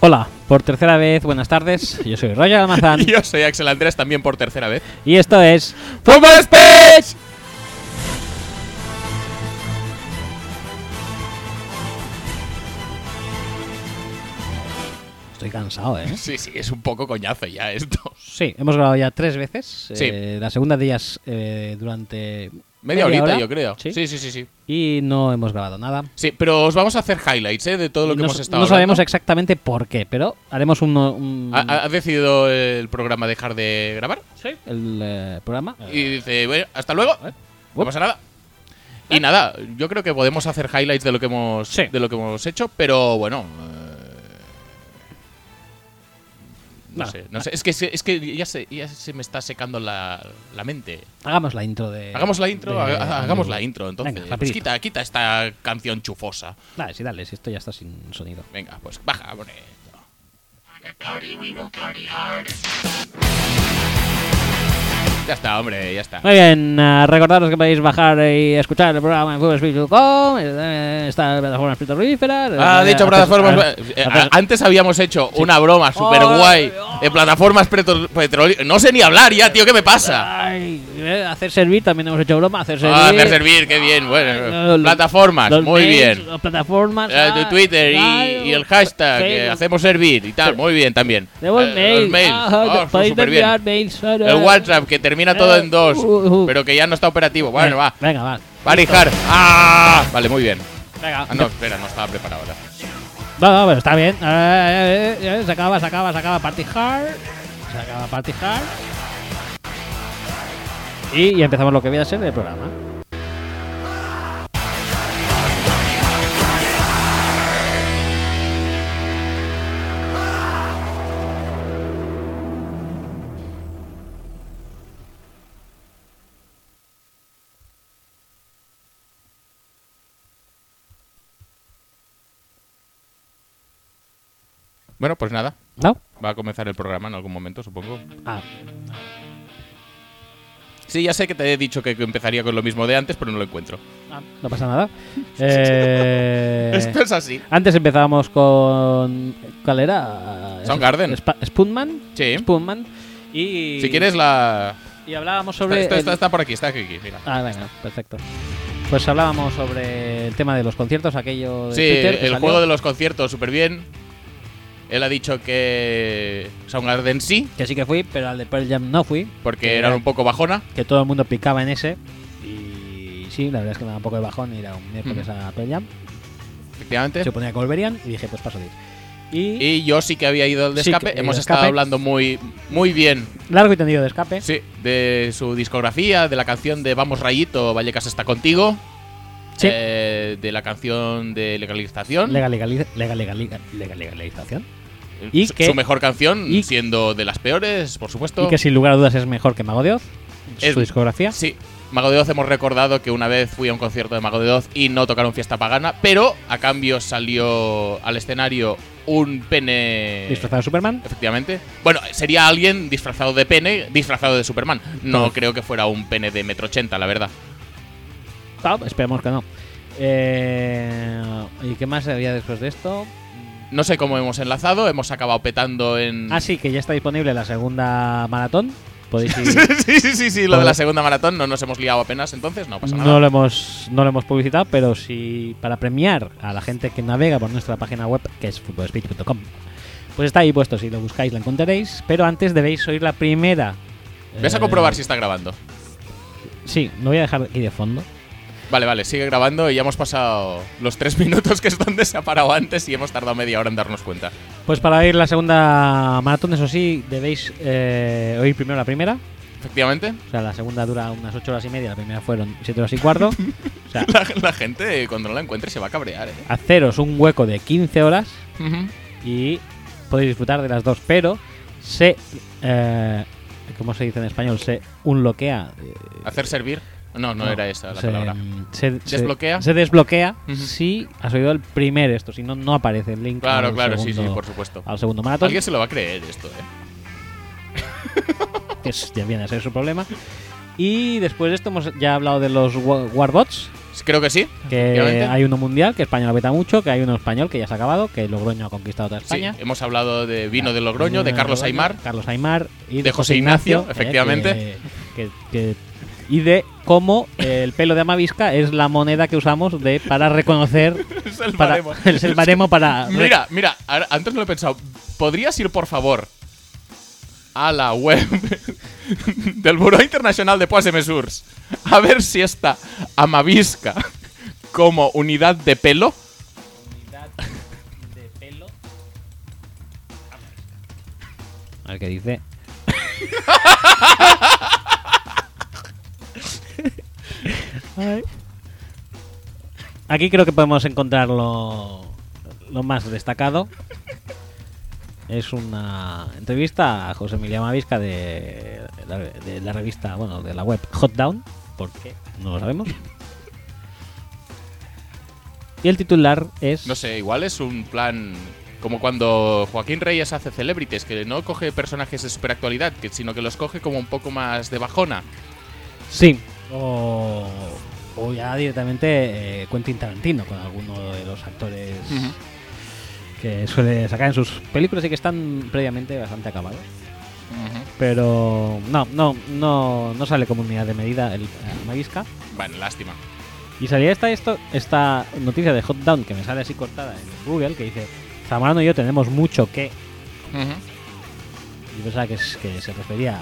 Hola, por tercera vez, buenas tardes. Yo soy Roger Almazán Yo soy Axel Andrés también por tercera vez. y esto es ¡Fútbol Speech! Estoy cansado, ¿eh? Sí, sí, es un poco coñazo ya esto. Sí, hemos grabado ya tres veces. Sí. Eh, la segunda de ellas eh, durante Media, horita, hora. yo creo. Sí. sí, sí, sí, sí. Y no hemos grabado nada. Sí, pero os vamos a hacer highlights ¿eh? de todo lo que no hemos s- estado no sabemos hablando. Ah, exactamente por qué, pero haremos uno- un, ¿Ha, ha decidido el programa dejar de grabar? Sí, el eh, programa. Y dice, bueno, hasta luego. No pasa nada. Y nada, yo creo que podemos hacer highlights de lo que hemos, Eh. Sí. de lo que hemos hecho, pero bueno. eh, no Nada. sé, no sé. Es que, es que ya, se, ya se me está secando la, la mente. Hagamos la intro de. Eh, Hagamos la intro, de- ha- ha- hagamos la intro, entonces. Venga, Pues rapidito. quita, quita esta canción chufosa. Dale, sí, dale, si esto ya está sin sonido. Venga, pues baja, pone esto. Ya está, hombre, ya está. Muy bien, eh, recordaros que podéis bajar y escuchar el programa en FootballSpeech.com, eh, está en plataformas petrolíferas. Ah, eh, dicho acceso- plataformas. a- eh, acceso- a- antes habíamos hecho una broma super guay de plataformas petrolíferas. No sé ni hablar ya, tío, ¿qué me pasa? Ay, eh, hacer servir, también hemos hecho broma, hacer servir. Ah, me servir, qué bien. Lo- Bueno, lo- plataformas, los muy mails, bien. las plataformas. Eh, ah, tu Twitter radio, y, y el hashtag, eh, Facebook. hacemos servir y tal, muy bien también. Tenemos Eh, mails. los mails, ajá, oh, te- Ah, podéis superbién. enviar mails. ah, El WhatsApp que termina todo en dos, Uh, uh. pero que ya no está operativo. Bueno, va. Venga, va. Parijar. ¡Ah! Vale, muy bien. Venga, Ah, no, espera, no estaba preparado ahora. No, no, pero está bien. Eh, eh, eh, eh, se acaba, se acaba, se acaba Party Hard. Se acaba Party Hard. Y, y empezamos lo que viene a ser el programa. Bueno, pues nada. ¿No? Va a comenzar el programa en algún momento, supongo. Ah, Sí, ya sé que te he dicho que que empezaría con lo mismo de antes, pero no lo encuentro. ah, no pasa nada. Eh, Esto es así. antes empezábamos con. ¿Cuál era? Soundgarden. Sp- Spoonman. Sí. Spoonman. Y, Si quieres la... y hablábamos Está, sobre. está- está- el- está por aquí, está aquí, mira. Ah, venga, perfecto. Pues hablábamos sobre el tema de los conciertos, aquello de Sí, Twitter que el salió. juego de los conciertos, súper bien. Él ha dicho que Soundgarden sí, Que sí que fui, pero al de Pearl Jam no fui. porque eran un poco bajona. Que todo el mundo picaba en ese. Y sí, la verdad es que me da un poco de bajón ir a un miércoles a Pearl Jam. Efectivamente. Se ponía que volverían y dije, pues paso de ir. Y, Y yo sí que había ido al de Sí, escape. que- Hemos de estado Escape. hablando muy, muy bien largo y tendido de escape. sí, de su discografía, de la canción de Vamos Rayito, Vallecas está contigo. Sí. eh, de la canción de legalización. Legal, legaliza- legal, legal- legal- legalización. y su, que- su mejor canción, y- siendo de las peores, por supuesto. Y que sin lugar a dudas es mejor que Mago de Oz. Es- su discografía. Sí, Mago de Oz hemos recordado que una vez fui a un concierto de Mago de Oz y no tocaron Fiesta Pagana, pero a cambio salió al escenario un pene. Disfrazado de Superman. Efectivamente. Bueno, sería alguien disfrazado de pene, disfrazado de Superman. No creo que fuera un pene de metro ochenta, la verdad. Ah, esperemos que no. Eh, ¿Y qué más había después de esto? No sé cómo hemos enlazado, hemos acabado petando en. Ah, sí, que ya está disponible la segunda maratón. Podéis ir. sí, sí, sí, sí, lo de la segunda maratón no nos hemos liado apenas, entonces no pasa nada. No lo, hemos, no lo hemos publicitado, pero sí para premiar a la gente que navega por nuestra página web, que es futbolspeech.com. Pues está ahí puesto, si lo buscáis lo encontraréis, pero antes debéis oír la primera. Ves a Eh, comprobar si está grabando. Sí, lo voy a dejar aquí de fondo. Vale, vale, sigue grabando y ya hemos pasado los tres minutos que es donde se ha parado antes y hemos tardado media hora en darnos cuenta. Pues para oír la segunda maratón, eso sí, debéis eh, oír primero la primera. Efectivamente, O sea, la segunda dura unas 8 horas y media, la primera fueron 7 horas y cuarto. O sea, la, la gente eh, cuando no la encuentre se va a cabrear, ¿eh? haceros un hueco de 15 horas Ujú. y podéis disfrutar de las dos, pero se. Eh, ¿Cómo se dice en español? Se unloquea. eh, Hacer servir. No, Ah, Ah, no, era esa la se, palabra. se- se- ¿Desbloquea? Se desbloquea Ujú. si has oído el primer esto, si no, no aparece el link. Claro, al claro, sí, sí, segundo- por supuesto. Al segundo maratón, Alguien se lo va a creer esto, ¿eh? que es- ya viene a ser su problema. Y después de esto hemos ya hablado de los wa- Warbots, Creo que sí. Que hay uno mundial, que España lo veta mucho, que hay uno español que ya se ha acabado, que Logroño ha conquistado toda España. Ah, Sí, hemos hablado de vino de Logroño, de Carlos Logroño, Aymar, Carlos Aymar y de José Ignacio, efectivamente. eh, que- que- que- y de cómo el pelo de Amavisca es la moneda que usamos de para reconocer. Es el para- baremo. es el baremo para. Mira, mira, ahora- antes no lo he pensado. ¿Podrías ir, por favor, a la web del Buró Internacional de Poids et Mesures a ver si está Amavisca como unidad de pelo? A ver qué dice. Ay. Aquí creo que podemos encontrar lo, lo más destacado. Es una entrevista a José Emilio Mavisca de la, de la revista, bueno, de la web Hot Down, porque no lo sabemos. Y el titular es... No sé, igual es un plan como cuando Joaquín Reyes hace celebrities, que no coge personajes de superactualidad, que- sino que los coge como un poco más de bajona. Sí. O, o ya directamente eh, Quentin Tarantino con alguno de los actores que suele sacar en sus películas y que están previamente bastante acabados. Pero no, no, no, no sale como unidad de medida el Magisca. Bueno, lástima. Y salía esta, esto, esta noticia de Hot Down que me sale así cortada en Google que dice Zamorano y yo tenemos mucho que... Yo pensaba que, es- que se refería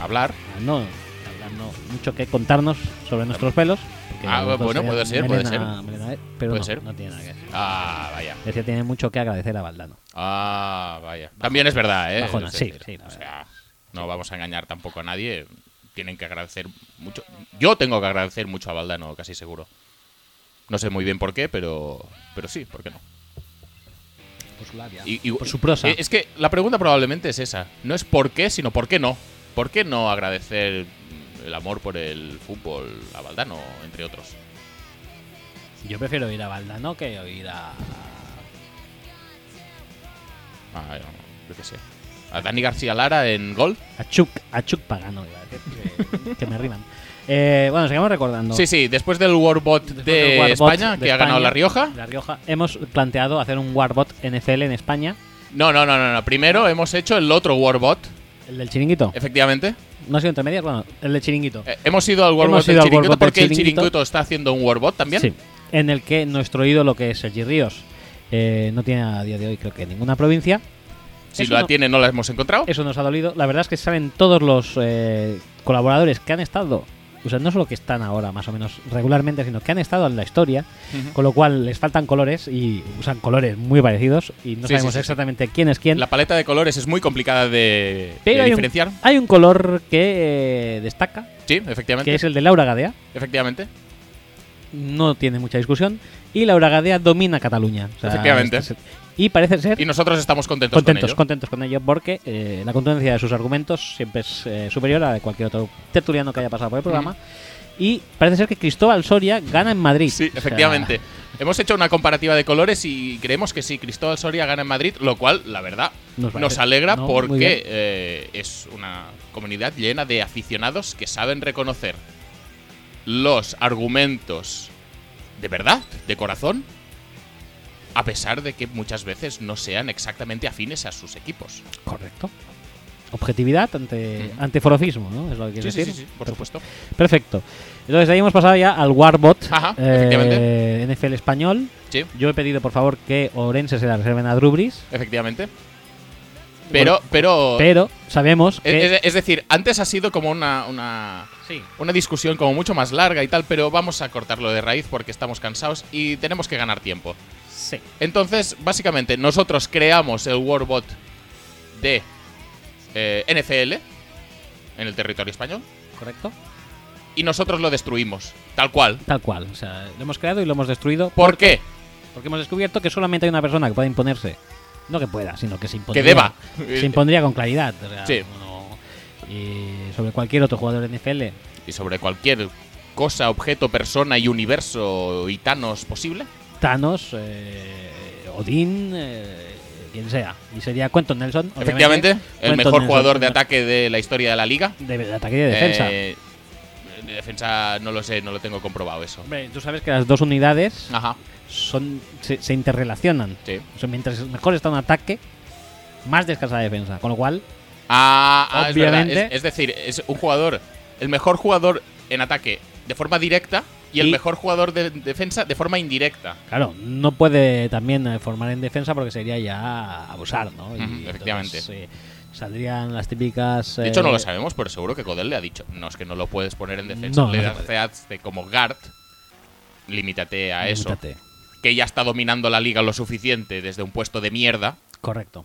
a Hablar. Ah, no, la verdad, no mucho que contarnos sobre nuestros pelos. porque Ah, nosotros bueno, puede serían ser, puede melena- melena- pero Puede no, ser. no tiene nada que decir. Ah, vaya. Decía, tiene mucho que agradecer a Valdano. Ah, vaya. También es verdad, ¿eh? Bajona, Es sí, decir, sí, la o verdad. sea, no vamos a engañar tampoco a nadie. Tienen que agradecer mucho. Yo tengo que agradecer mucho a Valdano, casi seguro. No sé muy bien por qué, pero, pero sí, ¿por qué no? Por su Y- y- por su prosa. Eh, Es que la pregunta probablemente es esa. No es por qué, sino por qué no. ¿Por qué no agradecer el amor por el fútbol a Valdano, entre otros? Yo prefiero ir a Valdano que ir a. Ah, yo, yo qué sé. A Dani García Lara en gol. A Chuck, a Chuck Pagano, iba a decir, que, que me riman. Eh, bueno, seguimos recordando. Sí, sí, después del Warbot de, Después del Warbot España, de que ha ganado España, La Rioja. La Rioja. Hemos planteado hacer un Warbot NCL en España. No, no, no, no, no. Primero hemos hecho el otro Warbot, El del chiringuito. efectivamente. No ha sido entre medias, bueno, el del chiringuito. Eh, hemos ido al Warbot Hemos del ido al Chiringuito Warbot del porque el Chiringuito. Chiringuito está haciendo un Warbot también. Sí, en el que nuestro ídolo, que es Sergi Ríos, eh, no tiene a día de hoy, creo que ninguna provincia. Si Eso la no- tiene, no la hemos encontrado. Eso nos ha dolido. La verdad es que saben todos los eh, colaboradores que han estado, o sea, no solo que están ahora más o menos regularmente, sino que han estado en la historia, Ujú. con lo cual les faltan colores y usan colores muy parecidos y no Sí, sabemos sí, sí, sí. exactamente quién es quién. La paleta de colores es muy complicada de, pero de hay un- diferenciar. hay un, color que eh, destaca, Sí, que efectivamente. es el de Laura Gadea. Efectivamente. No tiene mucha discusión. Y Laura Gadea domina Cataluña. O sea, Efectivamente. es- y parece ser Y nosotros estamos contentos, contentos, con ello. contentos con ello, porque eh, la contundencia de sus argumentos siempre es eh, superior a la de cualquier otro tertuliano que haya pasado por el programa. Y parece ser que Cristóbal Soria gana en Madrid. Sí, O sea, efectivamente. Hemos hecho una comparativa de colores y creemos que sí, Cristóbal Soria gana en Madrid, lo cual, la verdad, Nos nos, parece- alegra no, muy bien. porque eh, es una comunidad llena de aficionados que saben reconocer los argumentos de verdad, de corazón, a pesar de que muchas veces no sean exactamente afines a sus equipos. correcto. Objetividad ante, Ujú. ante forofismo, ¿no? Es lo que Sí, quieres sí, sí, decir. sí, por supuesto. Perfecto. Entonces, de ahí hemos pasado ya al Warbot Ajá, eh, NFL español. Sí, Yo he pedido, por favor, que Orense se la reserven a Drubris, efectivamente. Pero, pues, pero, pero sabemos que... Es, es- es decir, antes ha sido como una, una, Sí. una discusión como mucho más larga y tal, pero vamos a cortarlo de raíz porque estamos cansados y tenemos que ganar tiempo. Sí. Entonces, básicamente, nosotros creamos el Warbot de eh, NFL en el territorio español ¿Correcto? y nosotros lo destruimos, tal cual. Tal cual. O sea, lo hemos creado y lo hemos destruido ¿Por qué? Porque hemos descubierto que solamente hay una persona que pueda imponerse. No que pueda, sino que se impondría. Que deba. Se impondría con claridad. o sea, Sí. uno- y sobre cualquier otro jugador de NFL. Y sobre cualquier cosa, objeto, persona y universo y Thanos posible. Thanos, eh, Odín, eh, quien sea. Y sería Quentin Nelson. obviamente. Efectivamente, el Quentin mejor Nelson, jugador de Quentin- ataque de la historia de la liga. De, de ataque y de defensa. Eh, en defensa no lo sé, no lo tengo comprobado eso. Hombre, tú sabes que las dos unidades Ajá, son se, se interrelacionan. sí. O sea, mientras mejor está un ataque, más descansa la defensa. Con lo cual, Ah, ah, es verdad. Obviamente. Es, es decir, es un jugador, el mejor jugador en ataque de forma directa y el Y- mejor jugador de defensa de forma indirecta. claro, no puede también eh, formar en defensa porque sería ya abusar, ¿no? Y Ujú, entonces, efectivamente. eh, saldrían las típicas. De hecho, no eh, lo sabemos, pero seguro que Godel le ha dicho: No, es que no lo puedes poner en defensa. No, no le se das puede. te hace como guard. Limítate a eso. Mutante. Que ya está dominando la liga lo suficiente desde un puesto de mierda Correcto.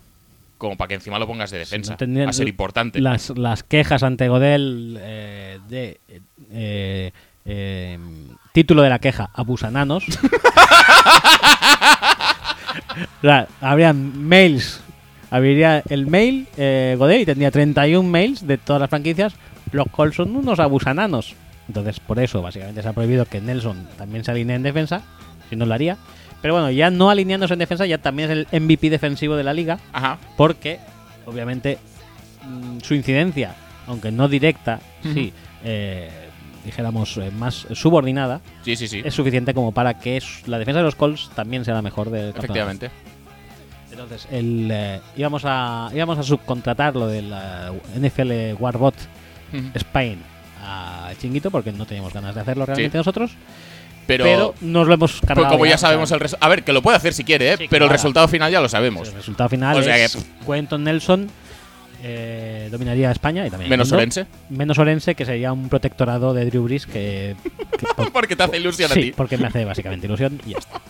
como para que encima lo pongas de defensa. Pues, no tendrían a ser l- importante. Las, las quejas ante Godel eh, de eh, eh, eh, título de la queja, abusananos. O sea, habrían mails. Habría el mail eh, Godel y tendría 31 mails de todas las franquicias, los cuales son unos abusananos. Entonces, por eso, básicamente se ha prohibido que Nelson también se alinee en defensa, si no lo haría. Pero bueno, ya no alineándose en defensa, ya también es el MVP defensivo de la liga Ajá. porque obviamente mm, su incidencia, aunque no directa, Ujú. sí, eh, dijéramos eh, más subordinada, Sí, sí, sí. es suficiente como para que s- la defensa de los Colts también sea la mejor del campeonato. Efectivamente. Entonces, el, eh, íbamos, a, íbamos a subcontratar lo del eh, NFL Warbot Ujú. Spain a Chinguito porque no teníamos ganas de hacerlo realmente nosotros, Pero, pero, nos lo hemos pues, cargado. como ya o sea, sabemos el resultado. A ver, que lo puede hacer si quiere, ¿eh? Sí, pero el claro. resultado final ya lo sabemos. el resultado final O sea es que- Quentin Nelson eh, dominaría a España y también el Menos mundo. Orense. menos Orense, que sería un protectorado de Drew Brees que... que- por- Porque te hace ilusión a sí, ti. porque me hace básicamente ilusión y ya está.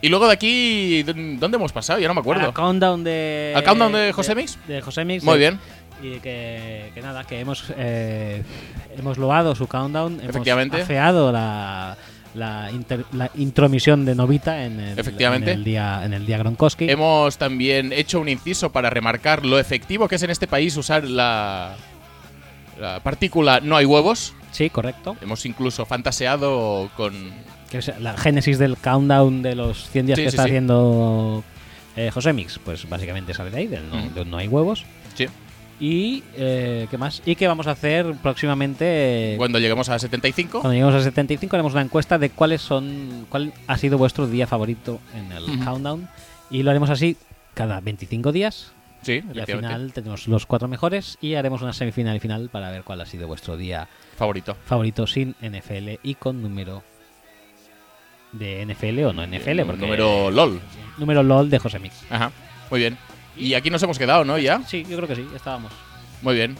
Y luego de aquí, ¿dó- ¿dónde hemos pasado? Ya no me acuerdo. Al countdown de... ¿Al countdown de José Mix? De José Mix. Muy eh, bien, Y que, que nada, que hemos, eh, hemos loado su countdown, hemos Efectivamente. afeado la... La, inter- la intromisión de Novita en el, Efectivamente. en el día en el día Gronkowski. hemos también hecho un inciso para remarcar lo efectivo que es en este país usar la, la partícula no hay huevos. sí, correcto. Hemos incluso fantaseado con... Que es la génesis del countdown de los 100 días Sí, que sí, está sí. haciendo eh, José Mix. Pues básicamente sale de ahí, del no, Mm. del no hay huevos. Sí, Y eh, qué más? Y que vamos a hacer próximamente eh, cuando lleguemos a 75. cuando lleguemos a 75 haremos una encuesta de cuáles son cuál ha sido vuestro día favorito en el Ujú. countdown y lo haremos así cada 25 días Sí, y al efectivamente. final tenemos los cuatro mejores y haremos una semifinal y final para ver cuál ha sido vuestro día Favorito. favorito sin NFL y con número de NFL o no NFL porque Eh, Número LOL. número LOL de José Mix. Ajá, muy bien. Y aquí nos hemos quedado, ¿no? Ya. Sí, yo creo que sí, ya estábamos. Muy bien.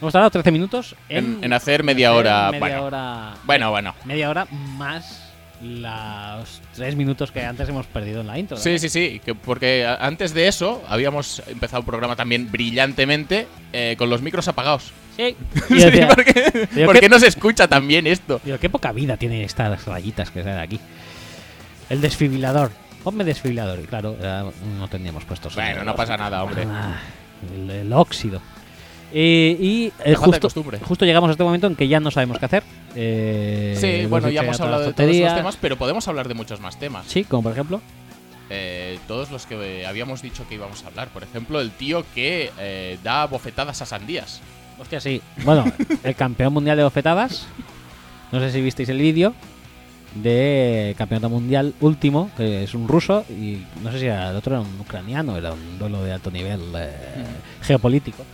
Hemos tardado 13 minutos en, En, en hacer media hacer hora... media bueno. hora bueno, bueno. media hora más los tres minutos que antes hemos perdido en la intro. Sí, sí, sí, que porque a- antes de eso habíamos empezado el programa también brillantemente eh, con los micros apagados. sí. Sí, Y yo decía, ¿Por qué, Pero por qué- qué no se escucha también esto? digo, qué poca vida tienen estas rayitas que salen aquí. El desfibrilador. Ponme desfibrilador. Y claro, ya no teníamos puestos. Bueno, no pasa nada, hombre. Ah, el, el óxido. Eh, y eh, falta de justo, costumbre. justo llegamos a este momento en que ya no sabemos qué hacer. Eh, Sí, hemos bueno, dicho ya hemos todas hablado de las todos los tonterías. temas, pero podemos hablar de muchos más temas. Sí, como por ejemplo. Eh, todos los que eh, habíamos dicho que íbamos a hablar. Por ejemplo, el tío que eh, da bofetadas a sandías. Hostia, sí. Bueno, el campeón mundial de bofetadas. No sé si visteis el vídeo de campeonato mundial último, que es un ruso y no sé si era el otro era un ucraniano, era un duelo de alto nivel eh, geopolítico.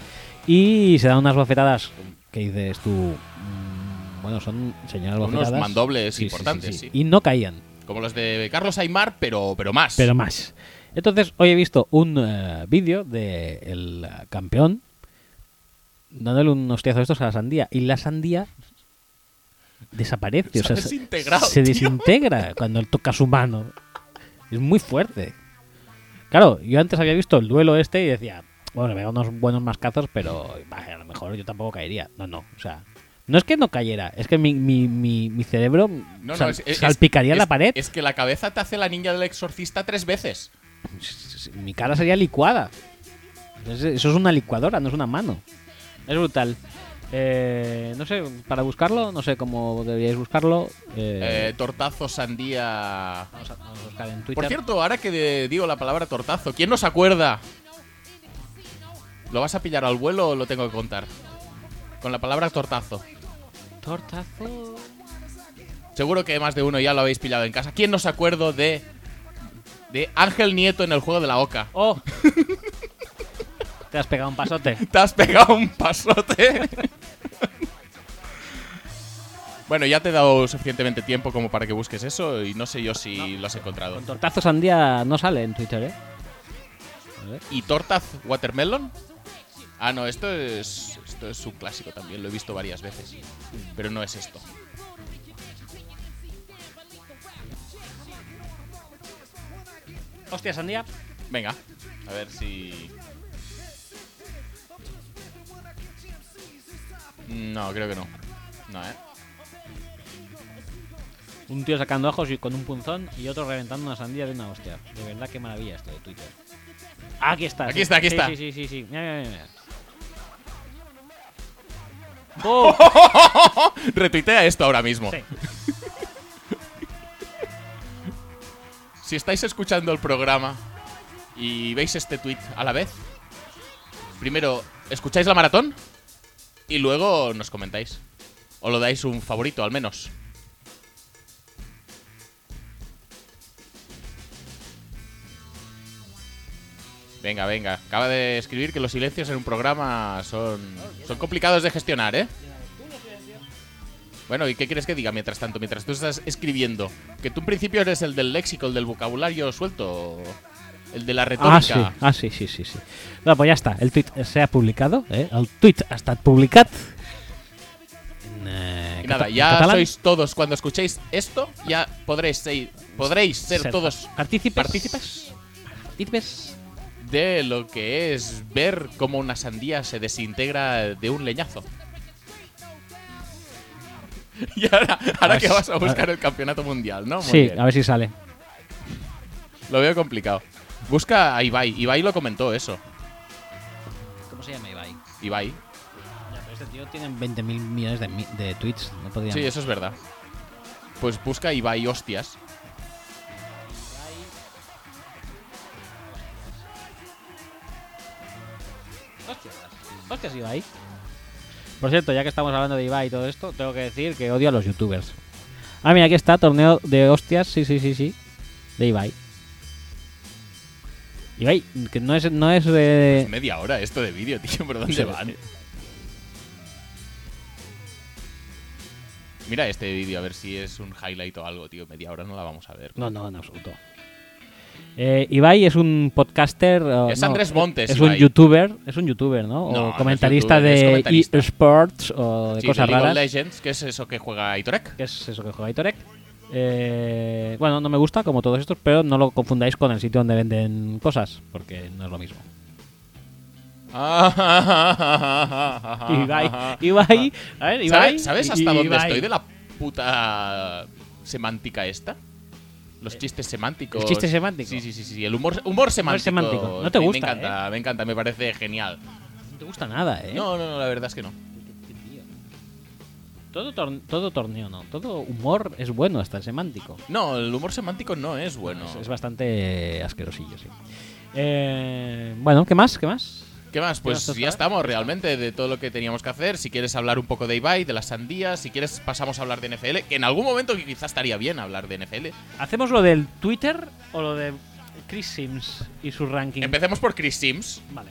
Y se dan unas bofetadas que dices tú, mm, bueno, son señales Unos bofetadas. mandobles importantes, sí. Y no caían, Como los de Carlos Aymar, pero, pero más. pero más. Entonces, hoy he visto un eh, vídeo del campeón dándole un hostiazo de estos a la sandía. Y la sandía desaparece. o Se sea, ha se- desintegrado, se tío. desintegra cuando él toca su mano. Es muy fuerte. Claro, yo antes había visto el duelo este y decía, bueno, veo unos buenos mascazos, pero bah, a lo mejor yo tampoco caería. No, no, o sea. No es que no cayera, es que mi, mi- mi- mi cerebro No, no, sal- es- es- salpicaría es- la pared. Es que la cabeza te hace la niña del exorcista tres veces. Pues, mi cara sería licuada. Entonces, eso es una licuadora, no es una mano. Es brutal. Eh, no sé, para buscarlo, no sé cómo deberíais buscarlo. eh, Eh, tortazo, sandía. vamos, a, vamos a buscar en Twitter. Por cierto, ahora que de- digo la palabra tortazo, ¿quién nos acuerda ¿Lo vas a pillar al vuelo o lo tengo que contar? Con la palabra tortazo. Tortazo. Seguro que más de uno ya lo habéis pillado en casa. ¿Quién no se acuerdo de. de Ángel Nieto en el juego de la Oca? ¡Oh! Te has pegado un pasote. Te has pegado un pasote. bueno, ya te he dado suficientemente tiempo como para que busques eso y no sé yo si lo has encontrado. Con tortazo sandía no sale en Twitter, ¿eh? ¿Y Tortaz Watermelon? Ah, no, esto es. Esto es un clásico también, lo he visto varias veces. Pero no es esto. Hostia, sandía. Venga, a ver si. No, creo que no. No, eh. Un tío sacando ojos y con un punzón y otro reventando una sandía de una hostia. De verdad, qué maravilla esto de Twitter. Aquí está. Aquí sí. está, aquí Sí, está. Sí, sí, sí. sí. Mira, mira, mira, mira. ¡Oh! Retuitea esto ahora mismo. Sí. Si estáis escuchando el programa y veis este tweet a la vez, primero escucháis la maratón y luego nos comentáis. O lo dais un favorito, al menos. Venga, venga. Acaba de escribir que los silencios en un programa son, son complicados de gestionar, ¿eh? Bueno, ¿y qué quieres que diga mientras tanto? Mientras tú estás escribiendo, que tú en principio eres el del léxico, el del vocabulario suelto, el de la retórica. Ah, sí, ah, sí, sí, sí, sí. No, pues ya està, el tuit s'ha publicat, eh? el tuit ha estat publicat. En, eh, Y cata- nada, ya catalán. sois todos, cuando escuchéis esto, ya podréis ser, podréis ser Ser todos partícipes. partícipes. Partícipes. de lo que es ver cómo una sandía se desintegra de un leñazo. Y ahora, ahora ver que si- vas Pues, a a ver. buscar el campeonato mundial, ¿no? Muy Sí, bien. a ver si sale. Lo veo complicado. Busca a Ibai. Ibai lo comentó eso. ¿Cómo se llama Ibai? Ibai. este tío tiene 20.000 millones de, mi- de tweets, no podríamos. Sí, eso es verdad. Pues busca Ibai hostias. Hostias, Mm. hostias, Ibai. Por cierto, ya que estamos hablando de Ibai y todo esto, tengo que decir que odio a los youtubers. Ah, mira, aquí está, torneo de hostias, sí, sí, sí, sí, de Ibai. Ibai, que no es, no es eh, Es media hora esto de vídeo, tío, pero ¿dónde Sí, van? sí. Mira este vídeo, a ver si es un highlight o algo, tío. Media hora no la vamos a ver. No, no, en absoluto. Eh, Ibai es un podcaster. o Es no, Andrés Montes, Es un Ibai. youtuber, es un youtuber, ¿no? No, no o es comentarista youtuber, es de comentarista. eSports o de Sí, cosas de League of raras. Legends, ¿qué es eso que juega Itorek? que es eso que juega Itorek. Eh, bueno, no me gusta como todos estos, pero no lo confundáis con el sitio donde venden cosas, porque no es lo mismo. Ah, Ibai, Ibai, a ver, Ibai. ¿Sabes, Ah. sabes hasta dónde estoy de la puta semántica esta? Los chistes semánticos. Eh, ¿El chiste semántico? Sí, sí, sí, sí. El humor, humor semántico. semántico. No te Sí, gusta, Me encanta, me encanta, me parece genial. No te gusta nada, ¿eh? No, no, no, la verdad es que no. Todo, tor- todo torneo, no. Todo humor es bueno, hasta el semántico. No, el humor semántico no es bueno. Es, es bastante asquerosillo, sí. Eh, bueno, ¿qué más? ¿Qué más? ¿Qué más? Pues ¿Qué más ya toca? estamos realmente de todo lo que teníamos que hacer. Si quieres hablar un poco de Ibai, de las sandías, si quieres pasamos a hablar de NFL, que en algún momento quizás estaría bien hablar de NFL. ¿Hacemos lo del Twitter o lo de Chris Sims y su ranking? Empecemos por Chris Sims. Vale.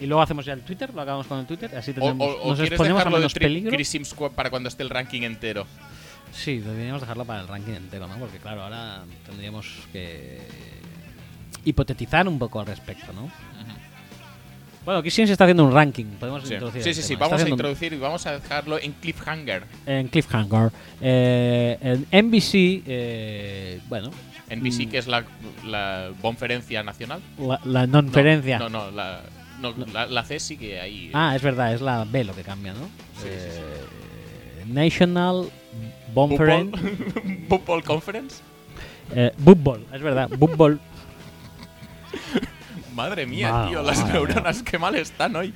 Y luego hacemos ya el Twitter, lo acabamos con el Twitter, así O, tenemos, o- o nos quieres exponemos a dejarlo de menos tri- peligro. Chris Sims cu- para cuando esté el ranking entero. Sí, deberíamos dejarlo para el ranking entero, ¿no? Porque claro, ahora tendríamos que hipotetizar un poco al respecto, ¿no? Bueno, Chris Sims está haciendo un ranking, podemos Sí, introducir sí, el sí, sí, tema. Está vamos a haciendo un- introducir y vamos a dejarlo en cliffhanger. en Cliffhanger. Eh, en NBC, eh, bueno, NBC, que es la, la conferencia nacional. la, la No, nonferencia. No, no, la, no, la, la C sigue ahí. ¿eh? Ah, es verdad, es la B lo que cambia, ¿no? Sí, sí, sí. Eh, National Football, Bonference. Football Conference. Eh, Football, es verdad, Football. Madre mía, Madre tío, las mía. neuronas qué mal están hoy.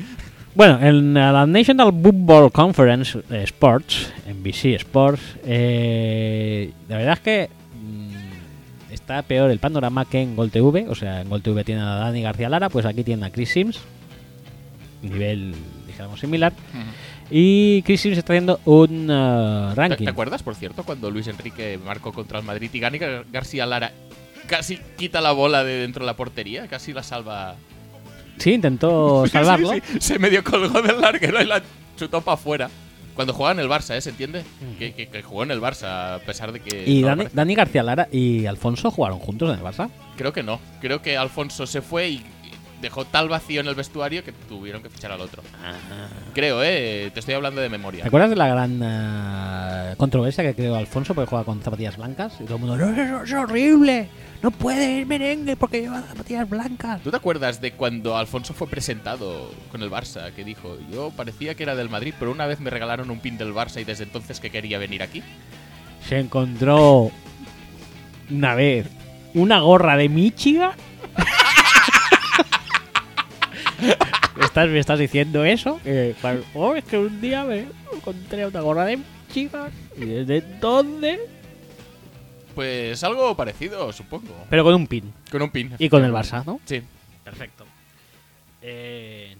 Bueno, en eh, la National Football Conference eh, Sports, NBC Sports, eh, la verdad es que mm, está peor el panorama que en Gol TV. O sea, en Gol TV tiene a Dani García Lara, pues aquí tiene a Chris Sims. nivel, digamos, similar. Y Chris Sims está haciendo un eh, ¿Te, ranking. te acuerdas, por cierto, cuando Luis Enrique marcó contra el Madrid y Gani Gar- García Lara casi quita la bola de dentro de la portería? Casi la salva. Sí, intentó Sí, sí, salvarlo. sí. Se medio colgó del larguero y la chutó para afuera. Cuando jugaba en el Barça, ¿eh? ¿se entiende? Que, que- que jugó en el Barça, a pesar de que. Mm. Y no Dani, aparece. Dani García Lara y Alfonso jugaron juntos en el Barça. Creo que no. Creo que Alfonso se fue y dejó tal vacío en el vestuario que tuvieron que fichar al otro. Creo, ¿eh? Te estoy hablando de ¿Te memoria. acuerdas de la gran eh, controversia que creó Alfonso porque juega con zapatillas blancas? Y todo el mundo, no, eso es horrible. No puede ir merengue porque lleva zapatillas blancas. ¿Tú te acuerdas de cuando Alfonso fue presentado con el Barça? Que dijo, yo parecía que era del Madrid, pero una vez me regalaron un pin del Barça y desde entonces que quería venir aquí. Se encontró una vez una gorra de Michigan. ¿Estás, ¿Me estás diciendo eso? Eh, claro, oh, es que un día me encontré una gorra de Michigan y desde entonces... Pues algo parecido, supongo. Pero con un pin. Con un pin. Y con el Barça, ¿no? Sí. Perfecto. Eh...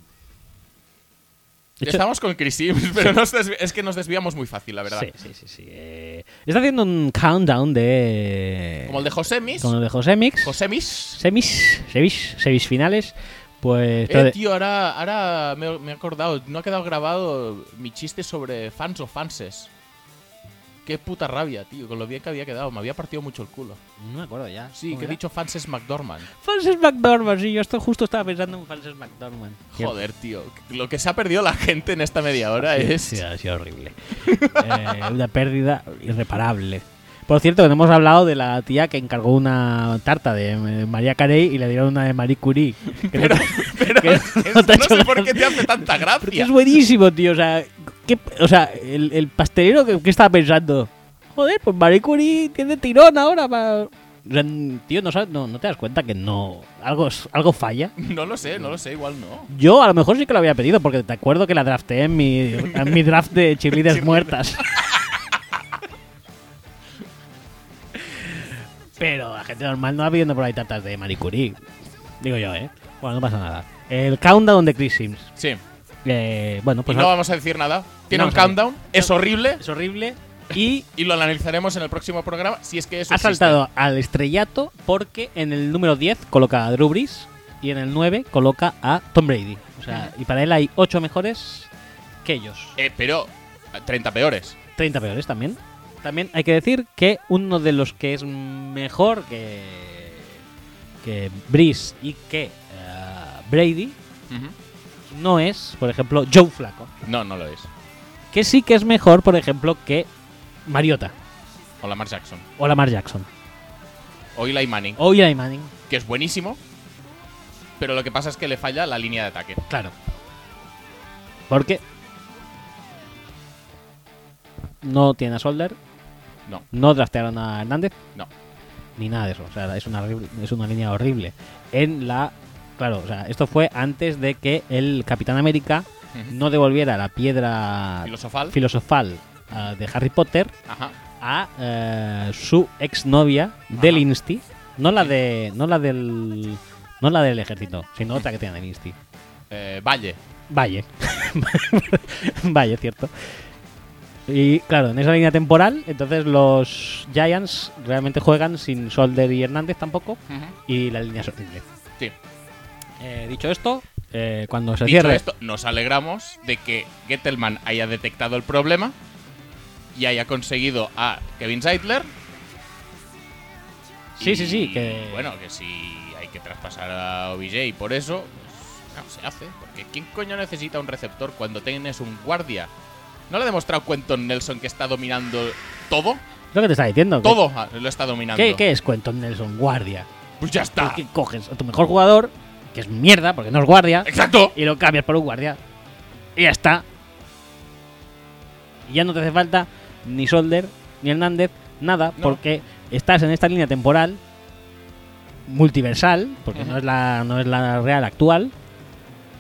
de hecho- Estamos con Chris Sims, pero nos desvi- es que nos desviamos muy fácil, la verdad. Sí, sí, sí. sí. Eh, está haciendo un countdown de. Como el de Josemis. Como el de José Mix. Josemis. Semis, semis, semis finales. Pues. pero Eh, de- tío, ahora, ahora me, me he acordado, no ha quedado grabado mi chiste sobre fans o fanses. Qué puta rabia, tío, con lo bien que había quedado. Me había partido mucho el culo. No me acuerdo ya. Sí, ¿Cómo que he era? dicho fanses McDormand. Frances McDormand, sí, yo esto justo estaba pensando en Frances McDormand. Joder, tío. Lo que se ha perdido la gente en esta media hora Sí, es. sí, ha sido horrible. Eh, una pérdida irreparable. Por cierto, que no hemos hablado de la tía que encargó una tarta de eh, María Carey y le dieron una de Marie Curie. Que no- Pero que es- no no, te ha hecho sé por gracia. qué te hace tanta Porque gracia. es buenísimo, tío. O sea, ¿qué- o sea el, el pastelero que, que estaba pensando. Joder, pues Marie Curie tiene tirón ahora. pa- O sea, n- tío, no, sabes- no, no te das cuenta que no. Algo, es- algo falla. No lo sé, no lo sé, igual no. Yo a lo mejor sí que lo había pedido, porque te acuerdo que la drafté en mi, en mi draft de cheerleaders muertas. Pero la gente normal no va pidiendo por ahí tartas de Marie Curie. Digo yo, ¿eh? Bueno, no pasa nada. El countdown de Chris Sims. Sí. Eh, bueno, Pues pues no ahora- vamos a decir nada. Tiene No, un no. countdown, es horrible Es horrible. Y y lo analizaremos en el próximo programa si es que eso ha existe. saltado al estrellato porque en el número 10 coloca a Drew Brees y en el 9 coloca a Tom Brady. O sea, y para él hay 8 mejores que ellos. Eh, pero 30 peores. 30 peores también. También hay que decir que uno de los que es mejor que, que Brees y que eh, Brady no es, por ejemplo, Joe Flaco. No, no lo es. Que sí que es mejor, por ejemplo, que Mariota O Lamar Jackson. o Lamar Jackson O Eli Manning, o Eli Manning. que es buenísimo. Pero lo que pasa es que le falla la línea de ataque. Claro. Porque no tiene a Solder, No, no draftearon a Hernández, no. ni nada de eso. O sea, es una, horrible- es una línea horrible. En la. Claro, o sea, esto fue antes de que el Capitán América Ujú. no devolviera la piedra Filosofal. filosofal, ah, de Harry Potter Ajá. a eh, su exnovia del Ajá. Insti. No la de. No la del. No la del ejército, sino otra que tenía del Insti. Eh, Valle. Valle. Valle, cierto. Y claro, en esa línea temporal, entonces los Giants realmente juegan sin Solder y Hernández tampoco. Y la línea es horrible. Sí. Eh, dicho esto, eh, cuando se Dicho cierre. esto, nos alegramos de que Gettelman haya detectado el problema y haya conseguido a Kevin Seidler. Sí, Y, sí, sí, que- Bueno, que si hay que traspasar a OBJ y por eso, pues, no se hace. Porque ¿quién coño necesita un receptor cuando tienes un guardia? ¿No le ha demostrado Quentin Nelson que está dominando todo? Lo que te estaba diciendo. que- Todo ah, lo está dominando. ¿Qué, qué es Quentin Nelson? Guardia. Pues ya está. Porque coges a tu mejor jugador, que es mierda, porque no es guardia, ¡Exacto! y lo cambias por un guardia. Y ya está. Y ya no te hace falta ni Solder, ni Hernández, nada, No. porque estás en esta línea temporal multiversal, porque no, Ujú. es la, no es la real actual,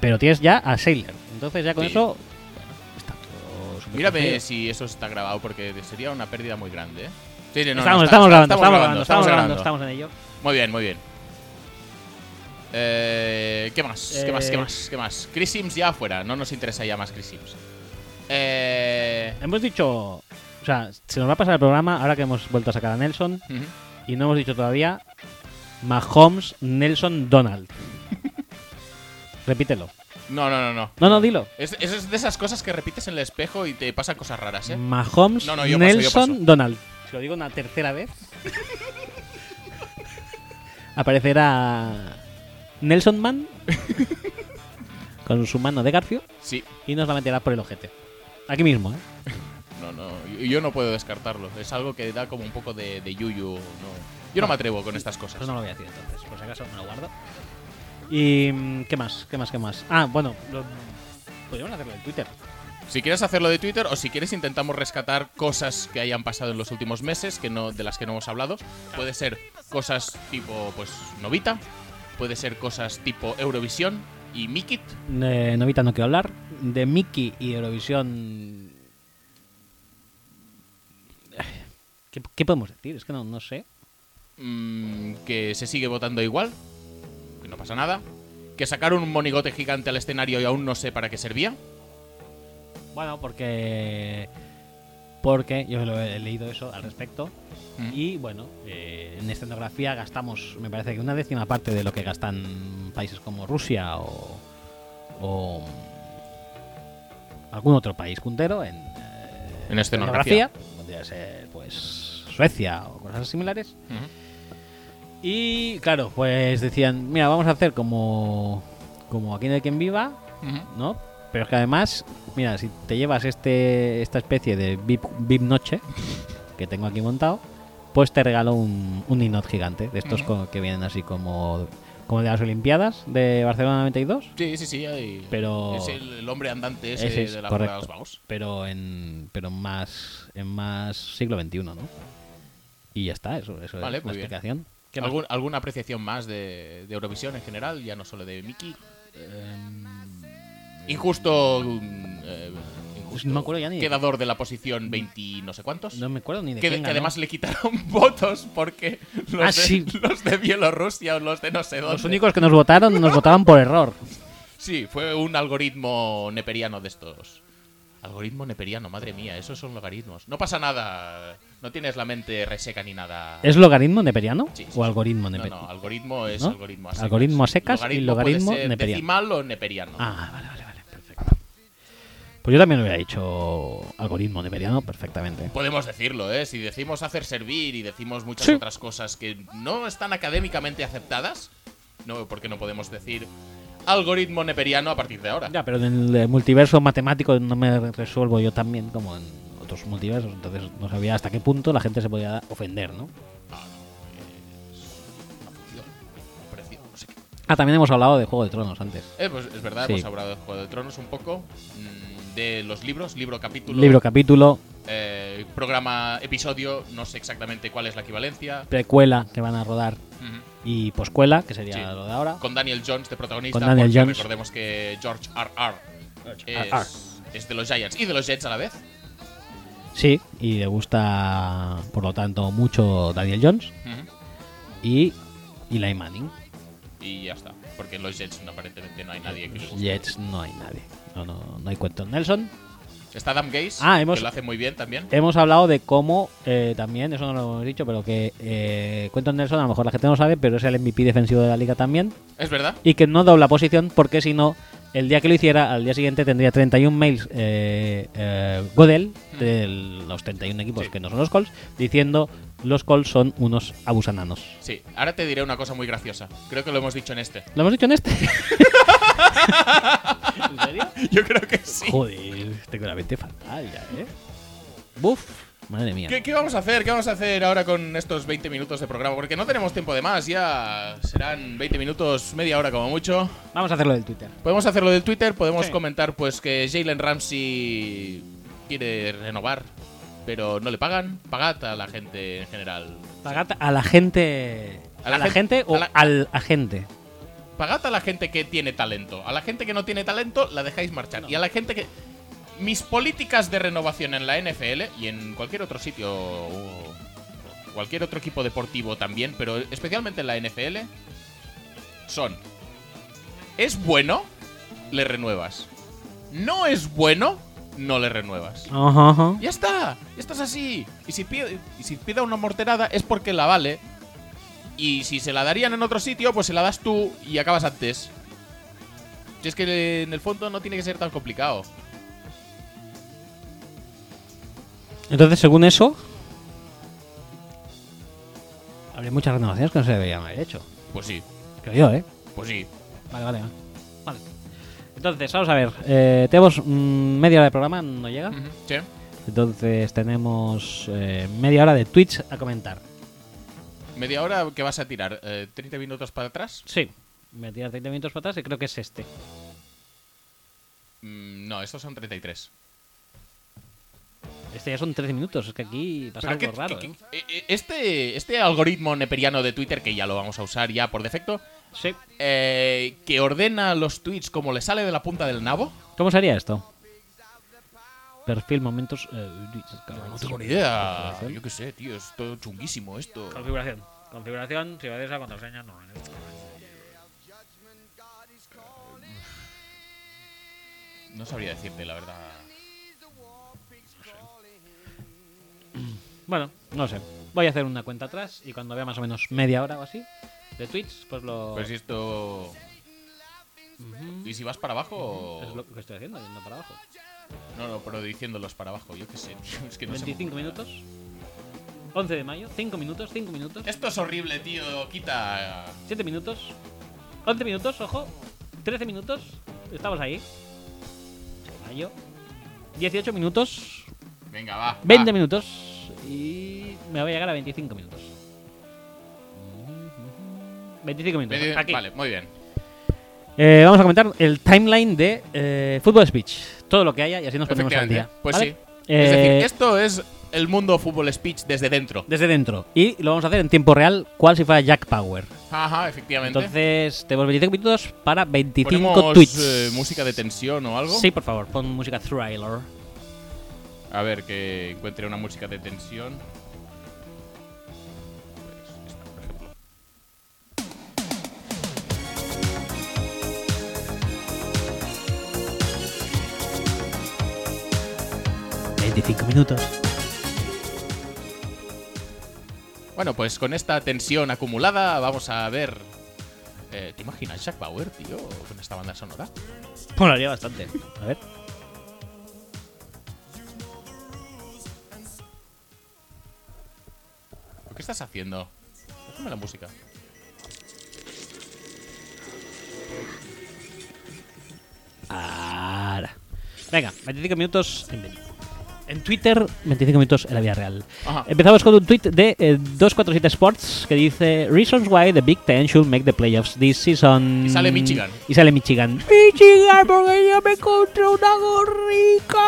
pero tienes ya a Sailor. Entonces ya con Sí. eso bueno, está todo súper Mírame conseguido. si eso está grabado porque sería una pérdida muy grande. ¿eh? Sí, no, no, estamos, estamos está- está- grabando, estamos grabando, estamos grabando, estamos en ello. Muy bien, muy bien. Eh, ¿Qué más? ¿Qué más? Eh. ¿Qué más? ¿Qué más? Chris Sims ya afuera. No nos interesa ya más Chris Sims. Eh, Hemos dicho. O sea, se nos va a pasar el programa ahora que hemos vuelto a sacar a Nelson ujú. y no hemos dicho todavía Mahomes, Nelson, Donald. Repítelo. No, no, no, no. No, no, dilo. Es, eso es de esas cosas que repites en el espejo y te pasan cosas raras, Mm. ¿eh? Mahomes, No, no, yo paso, yo Nelson, paso. Donald. Si lo digo una tercera vez, aparecerá Nelson Man con su mano de Garfio Sí. y nos la meterá por el ojete. Aquí mismo, ¿eh? No, no. Yo, yo no puedo descartarlo. Es algo que da como un poco de, de yuyu. No. Yo no me atrevo con estas cosas. Pues no lo voy a decir entonces, por si acaso me lo guardo. ¿Y mm, qué más? ¿Qué más? ¿Qué más? Ah, bueno, lo- podríamos hacerlo en Twitter. Si quieres hacerlo de Twitter o si quieres intentamos rescatar cosas que hayan pasado en los últimos meses que no, de las que no hemos hablado. Puede ser cosas tipo pues Novita, puede ser cosas tipo Eurovisión y Mikit. De Eh, Novita no quiero hablar. De Mickey y Eurovisión. ¿Qué, qué podemos decir? Es que no, no sé. mm, que se sigue votando igual, que no pasa nada. Que sacaron un monigote gigante al escenario y aún no sé para qué servía. Bueno, porque. Porque yo lo he leído eso al respecto. Mm. Y bueno, eh, en escenografía gastamos, me parece que una décima parte de lo que gastan países como Rusia o. o mm, algún otro país puntero en. eh, En escenografía. Podría ser, pues. Suecia o cosas similares. Ujú. Y claro, pues decían, mira, vamos a hacer como. como aquí en el quien viva, Ujú. ¿no? Pero es que además, mira, si te llevas este esta especie de VIP, VIP noche que tengo aquí montado, pues te regalo un, un ninot gigante, de estos Ujú. co- que vienen así como, como de las Olimpiadas de Barcelona 92, Sí, sí, sí. hay- pero Es el, el hombre andante ese, Ese es de, la, correcto. de los vagos. pero en pero más en más siglo XXI, ¿no? Y ya está, eso, eso Vale, es la muy bien. explicación. Ah, ¿Qué más? ¿Algún- ¿Alguna apreciación más de, de Eurovisión en general? Ya no solo de Mickey. eh, Injusto. mm, eh, injusto. Pues No me acuerdo ya ni- Quedador de la posición 20 y no sé cuántos. No me acuerdo ni de que, quién que ganó. además le quitaron votos porque los, Ah, de, sí. los de Bielorrusia o los de no sé dónde. los únicos que nos votaron nos votaban por error. Sí, fue un algoritmo neperiano de estos. Algoritmo neperiano, madre mía, esos son logaritmos. No pasa nada, no tienes la mente reseca ni nada. ¿Es logaritmo neperiano Sí, sí, sí. o algoritmo No, neperiano? no, algoritmo es ¿No? algoritmo a secas. Algoritmo a secas y logaritmo puede ser neperiano. decimal o neperiano. Ah, vale, vale, vale, perfecto. Pues yo también hubiera dicho algoritmo neperiano perfectamente. Podemos decirlo, ¿eh? Si decimos hacer servir y decimos muchas Sí. otras cosas que no están académicamente aceptadas, no veo por qué no podemos decir algoritmo neperiano a partir de ahora. Ya, pero en el eh, multiverso matemático no me resuelvo yo también como en otros multiversos, entonces no sabía hasta qué punto la gente se podía ofender, ¿no? Ah, no, es una función, un precio, no sé qué. Ah, también hemos hablado de Juego de Tronos antes. Eh, pues es verdad, Sí. hemos hablado de Juego de Tronos un poco, mm, de los libros, libro capítulo, Libro capítulo, eh, programa episodio, no sé exactamente cuál es la equivalencia, precuela que van a rodar ujú, y poscuela, que sería Sí. lo de ahora. con Daniel Jones de protagonista, Con Daniel porque Jones. recordemos que George R.R. R.R.. Es, es de los Giants y de los Jets a la vez. Sí, y le gusta, por lo tanto, mucho Daniel Jones ujú, y Eli Manning. Y ya está, porque en los Jets no, aparentemente no hay nadie que le Los guste. Jets no hay nadie. No, no, no hay cuento. Nelson, Está Adam Gaze, Ah, hemos- que lo hace muy bien también. Hemos hablado de cómo eh, también, eso no lo hemos dicho, pero que eh, Quentin Nelson, a lo mejor la gente no sabe, pero es el MVP defensivo de la liga también. Es verdad, Y que no dobla posición porque si no, el día que lo hiciera, al día siguiente tendría 31 mails eh, eh, Godel, de los 31 equipos Mm. Sí. que no son los Colts, diciendo los Colts son unos abusananos. sí. Ahora te diré una cosa muy graciosa. Creo que lo hemos dicho en este. ¿Lo hemos dicho en este? ¿En serio? Yo creo que sí. Joder, tengo la mente fatal ya, ¿eh? Buf, madre mía. ¿Qué, qué vamos a hacer? ¿Qué vamos a hacer ahora con estos 20 minutos de programa? Porque no tenemos tiempo de más, ya serán 20 minutos, media hora como mucho. Vamos a hacerlo del Twitter. Podemos hacerlo del Twitter, podemos Sí. comentar pues que Jalen Ramsey quiere renovar, pero no le pagan. Pagad a la gente en general. Pagad a la gente. ¿A la, gente, o a la- al agente? Pagad a la gente que tiene talento. A la gente que no tiene talento la dejáis marchar. Y a la gente que... Mis políticas de renovación en la NFL y en cualquier otro sitio uh, o cualquier otro equipo deportivo también, pero especialmente en la NFL, son ¿Es bueno? Le renuevas. ¿No es bueno? No le renuevas. Ajá, ajá. Ya está, ya estás así. Y si, pide, y si pida una morterada es porque la vale. Y si se la darían en otro sitio, pues se la das tú y acabas antes. Si es que en el fondo no tiene que ser tan complicado. Entonces, según eso, habría muchas renovaciones que no se deberían haber hecho. Pues sí, Creo yo, ¿eh? pues sí. Vale, vale, vale. Vale. Entonces, vamos a ver. Eh, tenemos mm, media hora de programa, no llega. Ujú, sí. Entonces, tenemos eh, media hora de Twitch a comentar. Media hora que vas a tirar. Eh, 30 minutos para atrás. Sí. Me tiras 30 minutos para atrás y creo que es este. Mm, no, estos son 33. Este ya son 13 minutos, es que aquí pasa Pero algo que- raro. que- ¿eh? que- eh, este, este algoritmo neperiano de Twitter, que ya lo vamos a usar ya por defecto, Sí. eh, que ordena los tweets como le sale de la punta del nabo. ¿Cómo sería esto? Perfil, momentos. eh, No tengo ni idea. Yo qué sé, tío, es todo chunguísimo esto. Configuración. Configuración, privadeza, contraseña, no. No sabría decirte, la verdad. Bueno, no sé. Voy a hacer una cuenta atrás y cuando vea más o menos media hora o así de tweets, pues lo. Pero si esto. Ujú. ¿Y si vas para abajo? Es lo que estoy haciendo, yendo para abajo. No, no, pero diciéndolos para abajo, yo qué sé. tío, Es que no sé 25 muy bien. minutos. 11 de mayo, 5 minutos, 5 minutos, Esto es horrible, tío. Quita. 7 minutos, 11 minutos, ojo, 13 minutos, estamos ahí. De mayo, 18 minutos, Venga, va. 20 va. minutos y me voy a llegar a 25 minutos. 25 minutos. Veinte- aquí. Vale, muy bien. Eh, vamos a comentar el timeline de eh, Football Speech. Todo lo que haya y así nos ponemos al Efectivamente. día. Pues ¿vale? sí. Es Eh, decir, esto es el mundo fútbol speech desde dentro. Desde dentro. Y lo vamos a hacer en tiempo real, cual si fuera Jack Power. Ajá, efectivamente. Entonces, tenemos 25 minutos para 25 ¿Ponemos tweets. eh, música de tensión o algo? Sí, por favor, pon música thriller. A ver, que encuentre una música de tensión. Pues esta, por ejemplo. Vale. 25 minutos. Bueno, pues con esta tensión acumulada vamos a ver... eh, ¿Te imaginas Jack Bauer, tío, con esta banda sonora? Molaría bastante. A ver. ¿Qué estás haciendo? Déjame la música. Ahora. Venga, 25 minutos en Beni. En Twitter, 25 minutos en la vida real. Ajá. Empezamos con un tweet de eh, 247 Sports que dice Reasons why the Big Ten should make the playoffs this season. Y sale Michigan. Y sale Michigan. Michigan, porque yo me encontré una gorrica.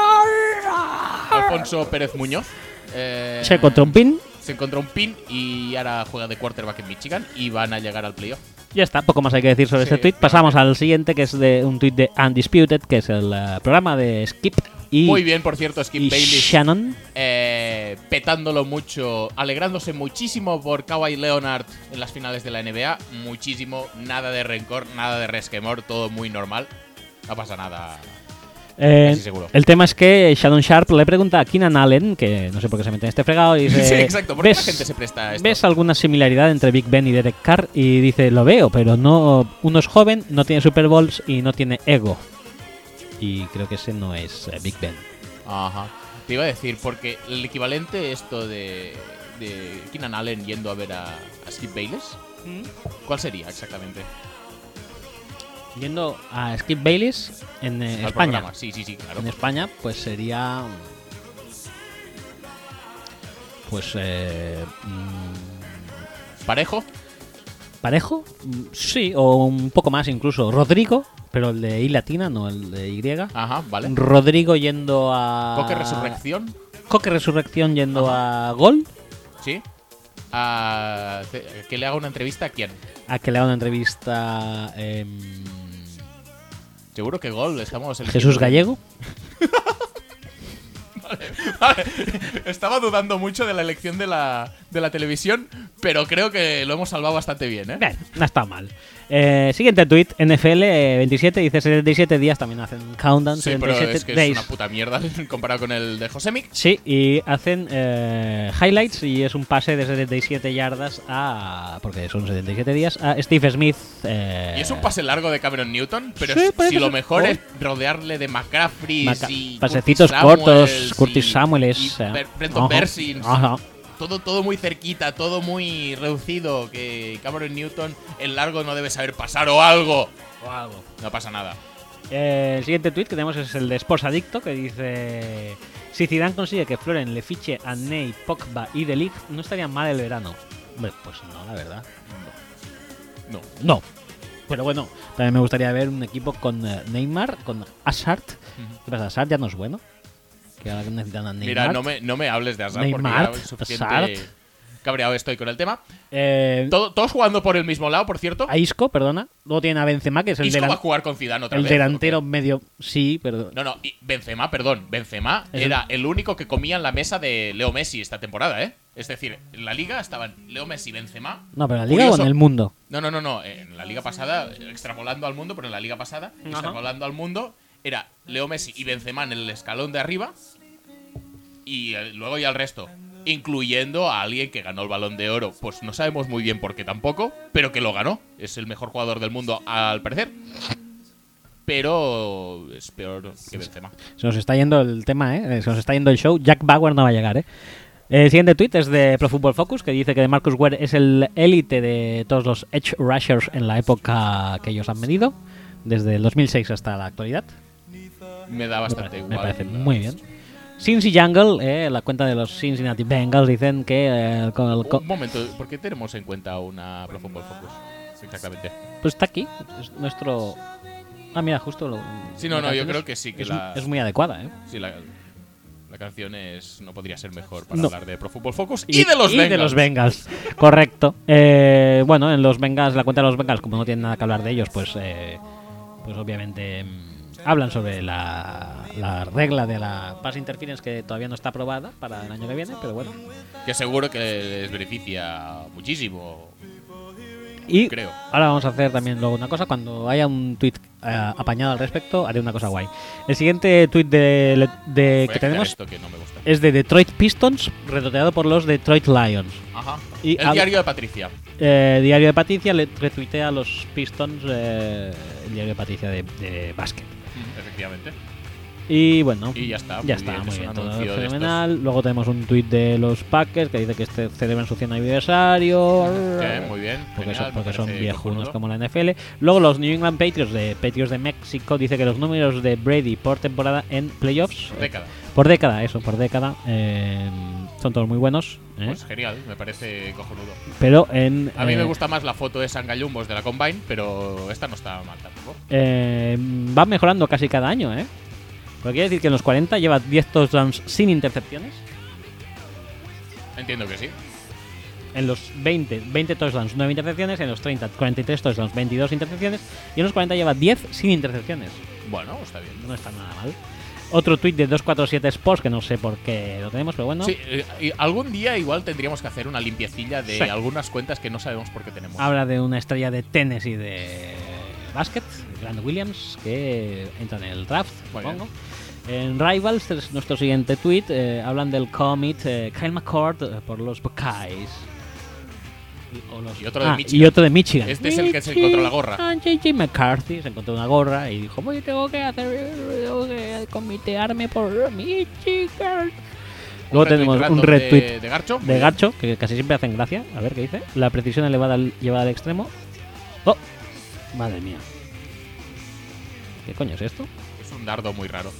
Alfonso Pérez Muñoz. eh, Se encontró un pin. se encontró un pin y ahora juega de quarterback en Michigan y van a llegar al playoff. Ya está, poco más hay que decir sobre Sí, este tweet. Pasamos al siguiente, que es de un tweet de Undisputed, que es el eh, programa de Skip y, Muy bien, por cierto, Skip y Bailey. Shannon. eh, petándolo mucho, alegrándose muchísimo por Kawhi Leonard en las finales de la NBA. Muchísimo, nada de rencor, nada de resquemor, todo muy normal. No pasa nada. Eh, Casi seguro. El tema es que Shannon Sharp le pregunta a Keenan Allen, que no sé por qué se mete en este fregado, y dice... sí, exacto. ¿Por qué la "¿Ves- gente se presta a esto? ¿Ves alguna similaridad entre Big Ben y Derek Carr? Y dice, lo veo, pero no uno es joven, no tiene Super Bowls y no tiene ego. Y creo que ese no es eh, Big Ben. Ajá. Te iba a decir, porque el equivalente esto de, de Keenan Allen yendo a ver a, a Skip Bayless, ¿cuál sería exactamente? Yendo a Skip Bayless en eh, Al España. programa. Sí, sí, sí, claro. En España, pues sería... Pues... eh, mm, ¿Parejo? ¿Parejo? Mm, Sí, o un poco más incluso. Rodrigo, pero el de I latina, no el de Y. Ajá, vale. Rodrigo yendo a... ¿Coque Resurrección? Coque Resurrección yendo a Gol, Sí. A- ce- que le haga una entrevista a quién? a que le haga una entrevista em, Seguro que gol, estamos el Jesús Gallego. Estaba dudando mucho de la elección de la, de la televisión, pero creo que lo hemos salvado bastante bien, ¿eh? Bien, no está mal. Eh, siguiente tweet, NFL27, eh, dice 77 días, también hacen un countdown, Sí, pero 77 es que days. es una puta mierda comparado con el de Josemic. Sí, y hacen eh, highlights y es un pase de 77 yardas a. porque son 77 días, a Steve Smith. eh, Y es un pase largo de Cameron Newton, pero Sí, es- parece si lo ser- mejor oh. es rodearle de McCaffrey Maca- y pasecitos Curtis cortos, Samuels Curtis y- Samuels. y eh. Per- Brenton Ajá, Persins. ajá. Todo, todo muy cerquita, todo muy reducido. Que Cameron Newton, el largo no debe saber pasar o algo. No pasa nada. Eh, el siguiente tweet que tenemos es el de Sports Adicto que dice: Si Zidane consigue que Floren le fiche a Ney, Pogba y De Ligt, no estaría mal el verano. Hombre, pues no, la verdad. No. No. Pero bueno, también me gustaría ver un equipo con eh, Neymar, con Hazard. ¿Qué pasa? Hazard ya no es bueno. Que ahora necesitan a Neymar. Mira, no me, no me hables de Hazard Neymar, porque ya Hazard. suficiente cabreado estoy con el tema. Eh, Todo- todos jugando por el mismo lado, por cierto. a Isco, perdona. Luego tienen a Benzema, que es el, Isco va delan- a jugar con Zidane otra el vez. delantero medio. Sí, pero. No, no, y Benzema, perdón. Benzema Es era el único que comía en la mesa de Leo Messi esta temporada, ¿eh? Es decir, en la liga estaban Leo Messi, Benzema. No, pero en la liga Curioso. o en el mundo. No, no, no, no. En la liga pasada, extrapolando al mundo, pero en la liga pasada, extrapolando al mundo, era Leo Messi y Benzema en el escalón de arriba. Y eh, luego ya el resto. Incluyendo a alguien que ganó el balón de oro. Pues no sabemos muy bien por qué tampoco, pero que lo ganó. Es el mejor jugador del mundo, al parecer. Pero es peor que Benzema. Se nos está yendo el tema, ¿eh? Eh, Se nos está yendo el show. Jack Bauer no va a llegar, ¿eh? El siguiente tweet es de Pro Football Focus que dice que de Marcus Ware es el élite de todos los edge rushers en la época que ellos han medido, desde el 2006 hasta la actualidad. Me da Me bastante parece, me igual. parece muy bien. Cincy Jungle, eh, la cuenta de los Cincinnati Bengals, dicen que eh, con el co- Un momento, ¿por qué tenemos en cuenta una Pro Football Focus? Exactamente. pues está aquí, es nuestro... Ah, mira, justo lo... Sí, no, la no, yo canción creo es- que sí, que es, la- es muy adecuada, ¿eh? Sí, la, la canción es no podría ser mejor para No. hablar de Pro Football Focus y, de los Bengals. Bengals. Correcto. Eh, bueno, en los Bengals, la cuenta de los Bengals, como no tienen nada que hablar de ellos, pues, eh, pues obviamente mm, hablan sobre la, la regla de la pass interference que todavía no está aprobada para el año que viene, pero bueno. Que seguro que les beneficia muchísimo. Eh, Y Creo. ahora vamos a hacer también luego una cosa. Cuando haya un tweet eh, apañado al respecto, haré una cosa guay. El siguiente tweet de, de- Voy a que quitar tenemos Eh, esto que no me gusta. es de Detroit Pistons, retroteado por los Detroit Lions. Ajá. y el hab- diario de Patricia. Eh, diario de Patricia le retuitea a los Pistons eh, el diario de Patricia de, de básquet. Efectivamente. Y bueno, Y ya está. ya muy está, bien, muy es un bien, todo anuncio de estos. fenomenal. Luego tenemos un tuit de los Packers que dice que este celebran su 100 aniversario. Eh, muy bien. Porque genial, son, me porque son parece viejunos cojonudo. como la NFL. Luego los New England Patriots de Patriots de México dice que los números de Brady por temporada en playoffs, eh, Década. por década, eso, por década, eh, son todos muy buenos. ¿eh? Pues genial, me parece cojonudo. pero en A mí me eh, gusta más la foto de Sangallumbos de la Combine, pero esta no está mal tampoco. eh, va mejorando casi cada año, ¿eh? Pero quiere decir que en los 40 lleva 10 touchdowns sin intercepciones. Entiendo que sí. En los 20, 20 touchdowns, 9 intercepciones. En los 30, 43 touchdowns, 22 intercepciones. Y en los 40 lleva 10 sin intercepciones. Bueno, está bien. No está nada mal. Otro tweet de 247 Sports, que no sé por qué lo tenemos, pero bueno. Sí, eh, y algún día igual tendríamos que hacer una limpiecilla de Sí. Ah, algunas cuentas que no sabemos por qué tenemos. Habla de una estrella de tenis y de básquet, Grant Williams, que entra en el draft, Muy supongo. En Rivals, es nuestro siguiente tweet, eh, hablan del commit eh, Kyle McCord eh, por los Buckeyes. Y, o los- Ah, Y otro de Michigan. y otro de Michigan. Este es el que se encontró la gorra. Michigan, J.J. McCarthy se encontró una gorra y dijo, voy, tengo que hacer, tengo que comitearme por Michigan. Un Luego retweet tenemos un random retweet de, de Garcho. de Garcho, que casi siempre hacen gracia. A ver qué dice. La precisión elevada al- llevada al extremo. ¡Oh! Madre mía. ¿Qué coño es esto? Es un dardo muy raro.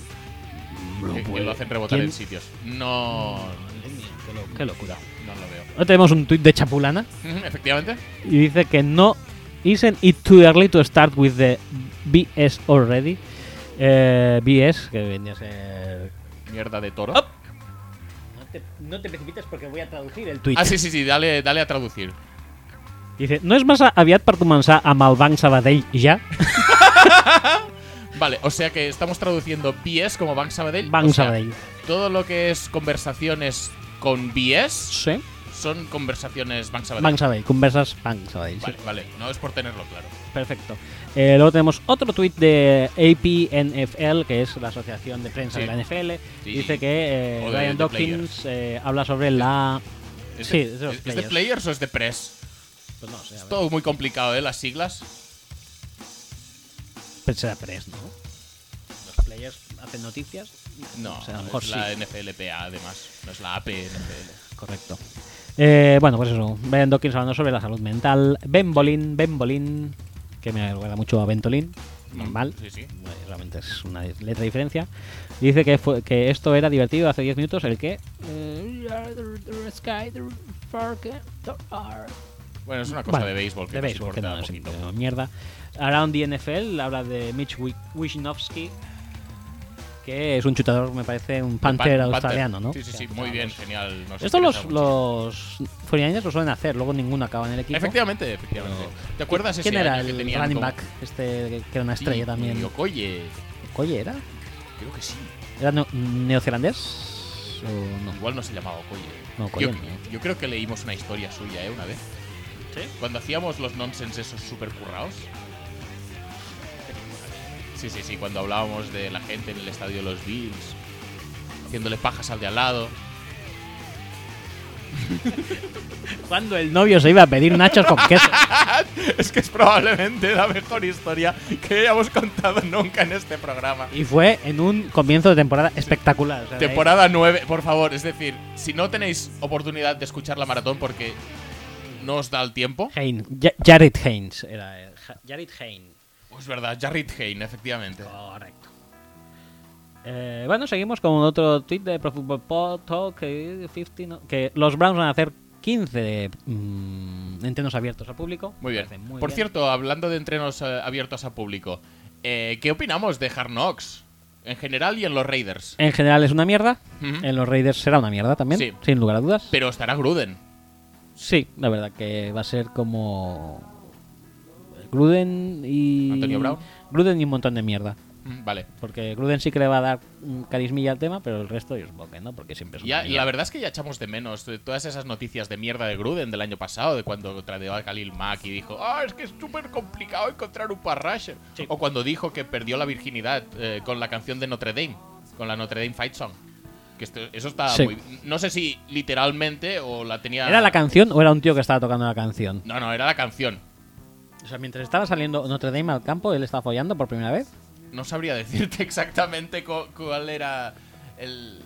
No que, que puede- lo hacen rebotar ¿Quién? en sitios. No, Madre mía, qué, lo- qué locura. no lo veo. Ahora tenemos un tuit de Chapulana Ujú, Efectivamente. y dice que no. Isn't it too early to start with the BS already? Eh, BS, que venía a ser. Mierda de toro. ¡Op! No te, precipites porque voy a traducir el tuit. Ah, sí, sí, sí. Dale, dale a traducir. Dice: No es más aviat per començar amb el Banc Sabadell ja? Vale, o sea que estamos traduciendo BS como Bank Sabadell. Banc o sea, Sabadell. Todo lo que es conversaciones con BS Sí. son conversaciones Bank Sabadell. Bank Sabadell, conversas Bank Sabadell. sí. Vale, vale, no es por tenerlo claro. Perfecto. Eh, luego tenemos otro tuit de APNFL, que es la Asociación de Prensa Sí. de la NFL. Sí. Dice que eh, O de- de Brian Dawkins eh, habla sobre la... ¿Es Sí, de, es de los es- es de players. players o es de press? Pues no sé, a ver, Todo muy complicado, ¿eh? Las siglas. pues será press, ¿no? Los players hacen noticias. No, O sea, a lo mejor es la E sí. NFLPA además, no es la APNFL. Correcto. Eh, bueno, pues eso. Brian Dawkins hablando sobre la salud mental. Ben Bolin, Ben Bolin, que me recuerda mucho a Bentolin. Mm. Normal. Sí, sí. Bueno, Realmente es una letra de diferencia. Dice que, fue, que esto era divertido hace 10 minutos, el que... Bueno, es una cosa Vale, de béisbol que de nos béisbol, que importa no nos poquito. importa, mierda. Around the NFL habla de Mitch Wi- Wisnowski, que es un chutador, me parece, un Pan- panther Panther. australiano, ¿no? Sí, sí, Que sí, ha muy chutado bien, dos. genial. nos Esto los, interesa mucho. los 49ers lo suelen hacer, luego ninguno acaba en el equipo. Efectivamente, efectivamente. ¿Te acuerdas ese ¿Quién era año que el tenían running como- back? Este que- que era una Sí, estrella también. y Okoye, Oye, ¿era? creo que sí. ¿Era neo- neozelandés? ¿O no? Igual no se llamaba Okoye. No, Okoye yo, no. yo creo que leímos una historia suya, ¿eh? Una vez. ¿Sí? Cuando hacíamos los nonsense esos supercurraos. Sí, sí, sí, cuando hablábamos de la gente en el estadio de los Bills, haciéndole pajas al de al lado. Cuando el novio se iba a pedir nachos con queso. es que es probablemente la mejor historia que hayamos contado nunca en este programa. Y fue en un comienzo de temporada espectacular. o sea, de ahí- Temporada 9, por favor, es decir, si no tenéis oportunidad de escuchar la maratón porque no os da el tiempo. Hain- Ja- Jared Haynes era. el- Ja- Jared Haynes, Es Pues verdad, Jarrett Hayne, efectivamente. correcto. Eh, bueno, seguimos con otro tweet de Pro Football Pod Talk que, 15 no- que los Browns van a hacer 15 de, mm, entrenos abiertos al público. Muy bien. Parece muy Por bien. cierto, hablando de entrenos eh, abiertos a público, eh, ¿qué opinamos de Hard Knocks? En general y en los Raiders. En general es una mierda. Ujú. En los Raiders será una mierda también, Sí. sin lugar a dudas. Pero estará Gruden. Sí, la verdad que va a ser como. Gruden y. Antonio Brown. Gruden y un montón de mierda. Mm, Vale. Porque Gruden sí que le va a dar un carismilla al tema, pero el resto yo supongo que no, porque siempre es una Ya, y mierda. la verdad es que ya echamos de menos eh, todas esas noticias de mierda de Gruden del año pasado, de cuando tradeó a Khalil Mack y dijo, ah, es que es súper complicado encontrar un parrasher. Sí. O cuando dijo que perdió la virginidad eh, con la canción de Notre Dame, con la Notre Dame Fight Song. Que esto- eso está Sí. muy... No sé si literalmente o la tenía... ¿Era la canción o era un tío que estaba tocando la canción? No, no, era la canción. O sea, mientras estaba saliendo Notre Dame al campo, él estaba follando por primera vez. No sabría decirte exactamente cu- cuál era el,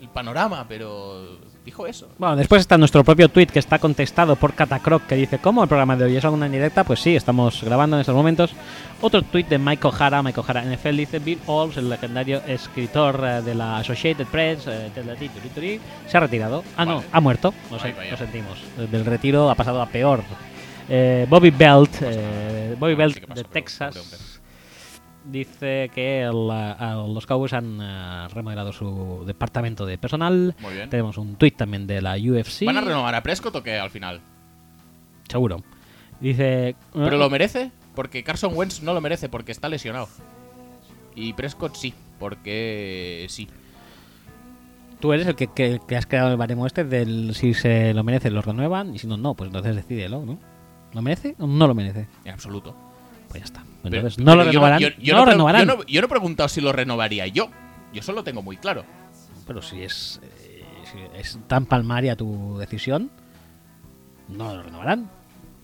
el panorama, pero dijo eso. Bueno, después está nuestro propio tweet que está contestado por Catacroc que dice: ¿Cómo el programa de hoy es alguna en directa? Pues sí, estamos grabando en estos momentos. Otro tweet de Mike O'Hara, Mike O'Hara NFL, dice: Bill Alls, el legendario escritor eh, de la Associated Press, eh, tatatí, turí, turí, se ha retirado. Ah, no, Vale. ha muerto. Lo, Vaya, sen- vaya. lo sentimos. Eh, Del retiro ha pasado a peor. Eh, Bobby Belt, eh, Bobby No sé Belt qué pasó, de pero Texas. pobre hombre. Dice que el, eh, a los Cowboys han eh, remodelado su departamento de personal. Muy bien. Tenemos un tweet también de la UFC. ¿Van a renovar a Prescott o qué al final? Seguro. Dice. ¿Pero lo merece? Porque Carson Wentz no lo merece porque está lesionado. Y Prescott sí, porque sí. Tú eres el que, que- que has creado el baremo este del si se lo merece, lo renuevan y si no, no. Pues entonces decídelo, ¿no? ¿Lo merece o no lo merece? En absoluto. Pues ya está. Pero- Entonces no lo pero yo renovarán. yo- yo no lo pre- renovarán. Yo no, yo no he preguntado si lo renovaría yo. Yo solo tengo muy claro. Pero si es, eh, si es tan palmaria tu decisión, no lo renovarán.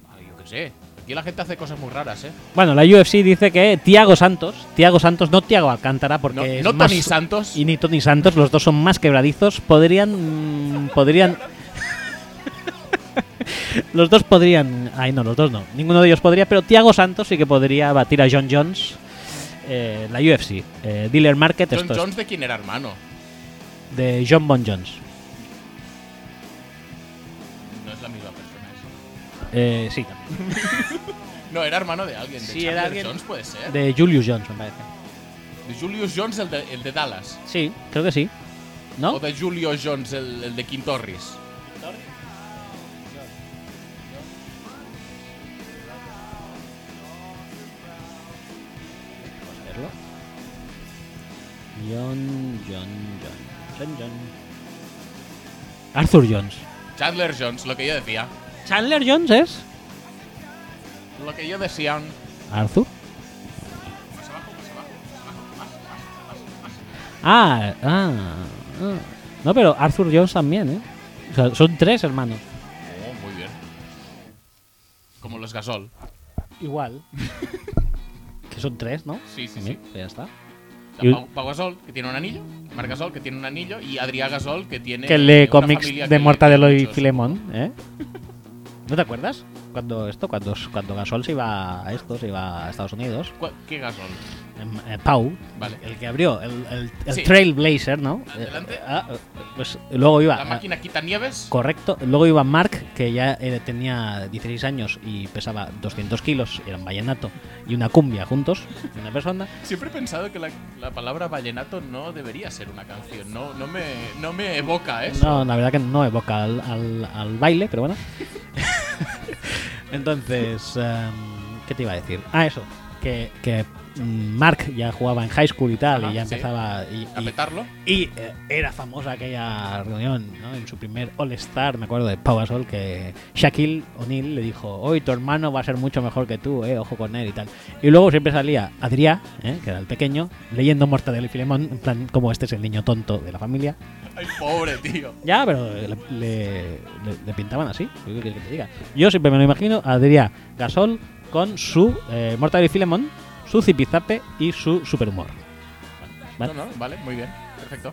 Ah, Yo qué sé. Aquí la gente hace cosas muy raras, ¿eh? Bueno, la UFC dice que Tiago Santos, Tiago Santos, no Tiago Alcántara, porque No, es no más- Tony Santos. y ni Tony Santos, los dos son más quebradizos, podrían. mm, podrían. los dos podrían. Ay, no, los dos no. Ninguno de ellos podría, pero Tiago Santos sí que podría batir a John Jones. eh, la UFC, eh, Dealer Market, John esto es Jones de quien era hermano. de John Bon Jones. No es la misma persona. eso. Eh, sí, No, era hermano de alguien. De Sí, era Chandler alguien- Jones puede ser. De... de Julius Jones, me parece. Julius Jones, el de, el de Dallas. Sí, creo que sí. ¿No? O de Julio Jones, el, el de Quintorris. Vamos a verlo. John, John, John, John, John. Arthur Jones. Chandler Jones, lo que yo decía. ¿Chandler Jones es? Lo que yo decía. ¿Arthur? Más abajo, más abajo, más abajo, más, más, más, Ah, más. ah, ah. No, pero Arthur Jones también, ¿eh? O sea, son tres hermanos. Oh, muy bien. Como los gasol. Igual. que son tres, ¿no? Sí, sí, También, sí. pues ya está. O sea, Y- Pau, Pau Gasol, que tiene un anillo. Marc Gasol, que tiene un anillo. Y Adrià Gasol, que tiene. que lee una cómics familia de que lee Mortadelo y muchos. Filemón, ¿eh? ¿No te acuerdas? Cuando esto, cuando, cuando Gasol se iba a esto, se iba a Estados Unidos, Cu- ¿Qué Gasol? em, eh, Pau, Vale. el que abrió el, el, el Sí. Trailblazer, ¿no? Adelante. Eh, ah, pues luego iba. La ah, máquina quita nieves. Correcto. Luego iba Mark, que ya eh, tenía 16 años y pesaba 200 kilos, era un vallenato y una cumbia juntos, una persona. Siempre he pensado que la, la palabra vallenato no debería ser una canción. No, no, me, no me evoca eso. No, la verdad que no evoca al, al- al baile, pero bueno. Entonces, em, ¿qué te iba a decir? Ah, eso, que, que mm, Mark ya jugaba en high school y tal, Ajá, y ya sí. empezaba. y- A y- petarlo. Y eh, era famosa aquella reunión, ¿no? En su primer All-Star, me acuerdo de Pau Gasol, que Shaquille O'Neal le dijo, hoy tu hermano va a ser mucho mejor que tú, eh, ojo con él y tal. Y luego siempre salía Adrià, ¿eh? que era el pequeño, leyendo Mortadelo y Filemón, en plan, como este es el niño tonto de la familia. Ay, pobre tío. Ya, pero le, le- le- le pintaban así, ¿qué quieres que te diga? Yo siempre me lo imagino a Adrià Gasol con su eh, Mortadelo y Filemón, su zipizape y su superhumor. Vale. No, no, vale, muy bien. Perfecto.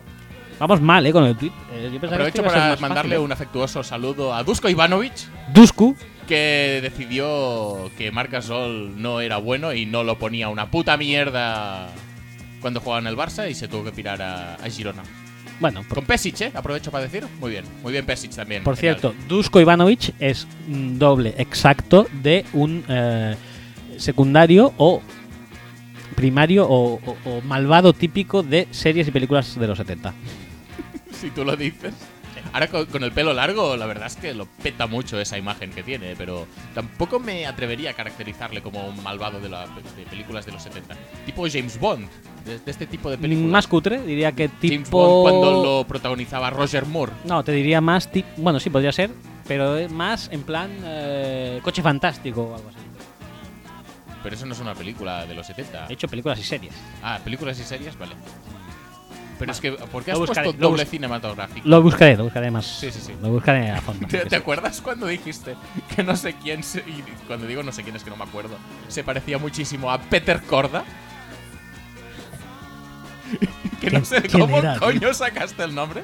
Vamos mal, ¿eh? Con el tweet. Eh, yo pensaba que esto Aprovecho iba a ser para más mandarle fácil, ¿eh? un afectuoso saludo a Dusko Ivanovic, Dusku, que decidió que Marc Gasol no era bueno y no lo ponía una puta mierda cuando jugaba en el Barça y se tuvo que pirar a, a Girona. Bueno, por, Con Pesic, ¿eh? Aprovecho para decir. Muy bien, muy bien Pesic también. por Genial. cierto, Dusko Ivanovic es un doble exacto de un eh, secundario o primario o, o- o malvado típico de series y películas de los 70. Si tú lo dices. Ahora co- con, el pelo largo, la verdad es que lo peta mucho esa imagen que tiene, pero tampoco me atrevería a caracterizarle como un malvado de, la- de películas de los 70. Tipo James Bond, de, de este tipo de películas. Más cutre, diría que James tipo... Bond cuando lo protagonizaba Roger Moore. No, te diría más tipo... Bueno, sí, podría ser, pero es más en plan eh, coche fantástico o algo así. Pero eso no es una película de los 70. He hecho películas y series. Ah, películas y series, vale. Pero es que, ¿por qué lo has buscaré, puesto lo doble bus- cinematográfico? Lo buscaré, lo buscaré más. Sí, sí, sí. Lo buscaré a fondo. ¿Te, te acuerdas cuando dijiste que no sé quién se- y cuando digo no sé quién es que no me acuerdo, se parecía muchísimo a Peter Corda? que no ¿Quién- sé quién cómo era, tío? coño sacaste el nombre.